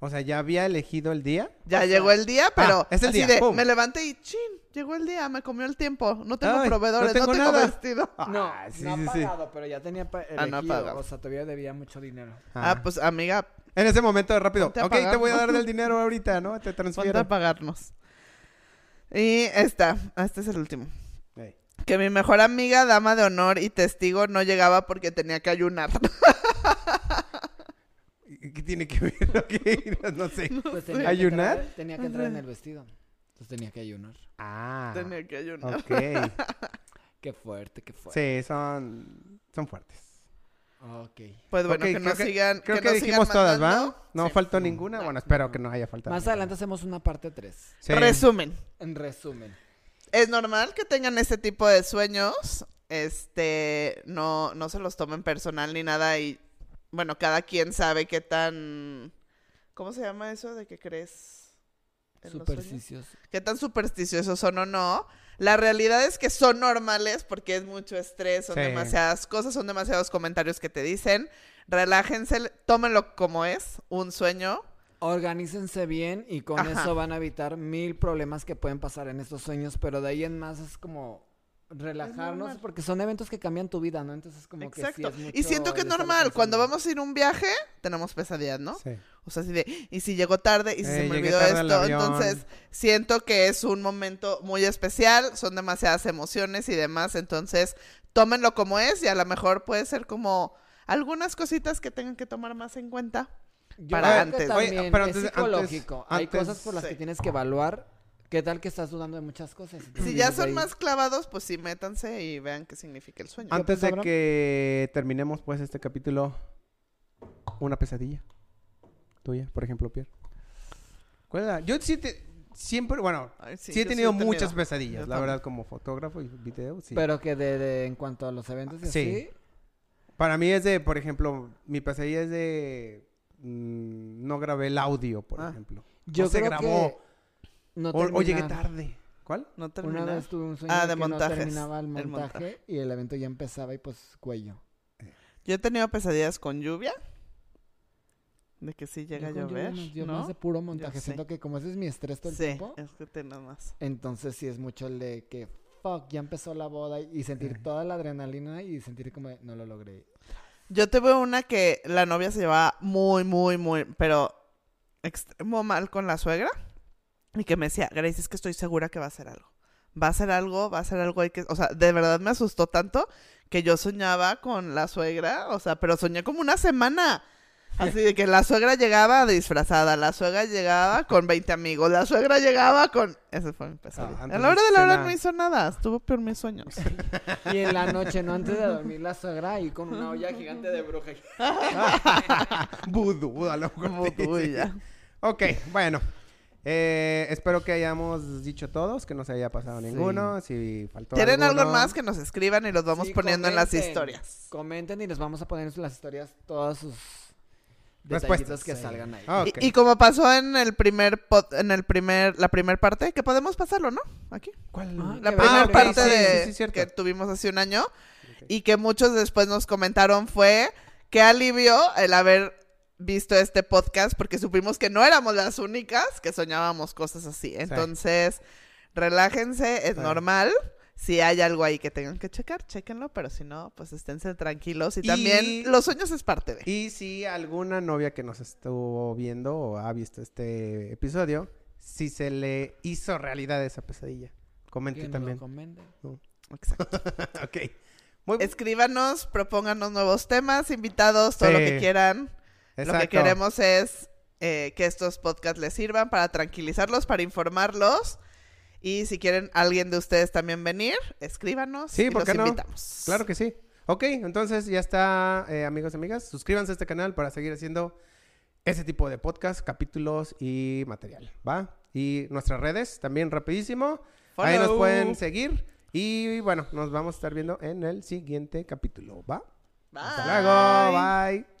S1: O sea, ya había elegido el día.
S2: Ya llegó el día, pero
S1: ah, es el
S2: así
S1: día,
S2: de,
S1: pum.
S2: me levanté y chin, llegó el día, me comió el tiempo, no tengo
S1: Ay,
S2: proveedores,
S1: no tengo
S2: no tengo,
S1: nada.
S2: vestido.
S3: No,
S1: Ah, sí,
S3: no
S1: sí,
S3: ha
S1: sí.
S3: pagado, pero ya tenía pa-
S2: Ah, no ha
S3: elegido,
S2: pagado.
S3: o sea, todavía debía mucho dinero.
S2: Ah,
S1: Ah,
S2: pues amiga,
S1: En ese momento, rápido.
S2: Ponte a
S1: ok,
S2: pagar,
S1: te voy a
S2: ¿no?
S1: dar del dinero ahorita, ¿no? Te
S2: ponte
S1: transfiero.
S2: a pagarnos. Y esta, este es el último.
S1: Ey.
S2: Que mi mejor amiga, dama de honor y testigo no llegaba porque tenía que ayunar.
S1: ¿Y ¿Qué tiene que ver? Ok, no sé.
S3: Pues tenía que
S1: ¿Ayunar?
S3: entrar- tenía que entrar en el vestido. Entonces tenía que ayunar.
S1: Ah,
S2: tenía que ayunar.
S1: ok.
S3: Qué fuerte, qué fuerte.
S1: Sí, son, son fuertes.
S3: Ok.
S2: Pues bueno,
S1: Ok,
S2: que
S1: creo
S2: nos sigan.
S1: Creo que,
S2: nos sigan
S1: dijimos todas,
S2: mandando.
S1: ¿va? No
S2: Sí.
S1: faltó ninguna. Bueno, espero que no haya faltado.
S3: Más
S1: ninguna.
S3: adelante hacemos una parte 3.
S1: Sí.
S2: Resumen.
S3: En resumen.
S2: Es normal que tengan este tipo de sueños. Este, no, no se los tomen personal ni nada. Y bueno, cada quien sabe qué tan. ¿Cómo se llama eso de que crees? en los sueños?
S3: Supersticioso.
S2: Qué tan supersticiosos son o no. La realidad es que son normales porque es mucho estrés, son
S1: Sí.
S2: demasiadas cosas, son demasiados comentarios que te dicen. Relájense, tómenlo como es, un sueño.
S3: Organícense bien y con
S2: Ajá.
S3: eso van a evitar mil problemas que pueden pasar en estos sueños, pero de ahí en más es como relajarnos
S2: normal.
S3: porque son eventos que cambian tu vida, ¿no? Entonces como
S2: Exacto.
S3: que sí es
S2: y
S3: mucho
S2: siento que es
S3: el estarlo
S2: normal. Cuando
S3: pensando.
S2: vamos a ir a un viaje, tenemos pesadillas, ¿no? pues,
S1: Sí.
S2: O sea, así de, y si llegó tarde, y si
S1: Eh,
S2: se me
S1: llegué
S2: olvidó
S1: tarde al
S2: esto.
S1: avión.
S2: Entonces, siento que es un momento muy especial, son demasiadas emociones y demás. Entonces, tómenlo como es y a lo mejor puede ser como algunas cositas que tengan que tomar más en cuenta.
S3: Yo
S2: para
S3: creo
S2: antes.
S3: Que
S1: Oye,
S3: también
S1: pero
S3: es
S1: antes- antes-
S3: psicológico. Hay
S1: antes-
S3: cosas por las
S2: sí.
S3: que tienes que evaluar ¿Qué tal que estás dudando de muchas cosas?
S1: Mm,
S3: Y
S2: Si
S3: dices
S2: ya son
S3: ahí,
S2: más clavados, pues sí, métanse y vean qué significa el sueño.
S1: Antes
S3: pues,
S1: de
S3: Abraham.
S1: que terminemos pues este capítulo, una pesadilla tuya, por ejemplo, Pierre. ¿Cuál era? Yo sí te- siempre, bueno,
S2: Ay,
S1: sí,
S2: yo
S1: he tenido muchas
S2: tenido.
S1: pesadillas,
S2: Yo
S1: la
S2: también.
S1: verdad, como fotógrafo y video, sí.
S3: Pero que de, de- en cuanto a los eventos y
S1: Sí.
S3: así,
S1: Para mí es de, por ejemplo, mi pesadilla es de... mm, no grabé el audio, por
S2: Ah.
S1: ejemplo.
S3: yo
S1: no se
S3: creo
S1: grabó.
S3: que no
S1: o, o llegué
S3: terminar.
S1: tarde. ¿Cuál?
S2: No
S3: Una
S2: terminar.
S3: vez tuve un sueño
S2: Ah,
S3: de
S2: de
S3: que no
S2: montajes.
S3: terminaba el
S2: El
S3: montaje,
S2: montaje.
S3: y el evento ya empezaba y pues cuello.
S2: Yo he tenido pesadillas con lluvia. De que sí llega a
S3: Yo con lluvia
S2: llover,
S3: más- yo más
S2: ¿no?
S3: de puro montaje,
S2: sé.
S3: siento que como ese es mi estrés todo el
S2: Sí,
S3: tiempo,
S2: es que tenés más.
S3: entonces sí es mucho el de que fuck, ya empezó la boda y sentir toda la adrenalina y sentir como de, no lo logré.
S2: Yo tuve una que la novia se llevaba muy, muy, muy, pero extremo mal con la suegra. Y que me decía, Grace, es que estoy segura que va a hacer algo. Va a hacer algo, va a hacer algo. Hay que... O sea, de verdad me asustó tanto que yo soñaba con la suegra. O sea, pero soñé como una semana. Así de que la suegra llegaba disfrazada, la suegra llegaba con 20 amigos, la suegra llegaba con... Ese fue mi pesadilla.
S1: Ah,
S2: a la hora de la hora
S1: entonces,
S2: no hizo nada, estuvo peor mis sueños.
S3: Y en la noche, no antes de dormir, la suegra ahí con una olla gigante de bruja.
S1: Vudú, a lo mejor
S2: Como
S1: sí,
S2: tú
S1: sí.
S2: y ya.
S1: Ok, bueno. Eh, espero que hayamos dicho todos, que no se haya pasado ninguno. Si faltó
S2: ¿Quieren algo
S1: alguno,
S2: más que nos escriban y los vamos
S3: Sí,
S2: poniendo en las
S3: comenten.
S2: historias?
S3: Comenten y les vamos a poner en las historias todas sus
S1: Respuestas.
S3: detallitos que salgan ahí.
S1: Ah,
S2: Y-
S1: ok.
S2: Y, como pasó en el primer pod- en el primer la primer parte, que podemos pasarlo, ¿no? Aquí.
S1: ¿Cuál?
S3: Ah,
S2: La
S3: Que
S2: primera
S3: vean,
S2: parte
S1: sí,
S2: de
S1: sí, sí, cierto.
S2: que tuvimos hace un año
S1: Ok.
S2: y que muchos después nos comentaron fue que alivio el haber visto este podcast porque supimos que no éramos las únicas que soñábamos cosas así. Entonces, relájense, es
S1: Sí.
S2: normal. Si hay algo ahí que tengan que checar, chequenlo, pero si no, pues esténse tranquilos. Y,
S1: Y-
S2: también los sueños es parte de.
S1: Y si alguna novia que nos estuvo viendo o ha visto este episodio, si se le hizo realidad esa pesadilla,
S3: Que
S1: comente
S3: nos lo
S1: también.
S3: comenten.
S2: Exacto.
S1: ok. Muy bu-
S2: Escríbanos, propónganos nuevos temas, invitados, todo lo
S1: Sí.
S2: que quieran. Lo que
S1: exacto.
S2: queremos es eh, que estos podcasts les sirvan para tranquilizarlos, para informarlos. Y si quieren alguien de ustedes también venir, escríbanos
S1: Sí,
S2: y
S1: ¿por
S2: los
S1: qué no?
S2: invitamos.
S1: Claro que sí. Ok, entonces ya está, eh, amigos y amigas. Suscríbanse a este canal para seguir haciendo ese tipo de podcast, capítulos y material, ¿va? Y nuestras redes también rapidísimo. Ahí nos
S2: Follow.
S1: pueden seguir. Y bueno, nos vamos a estar viendo en el siguiente capítulo, ¿va?
S2: Bye.
S1: Hasta luego, bye.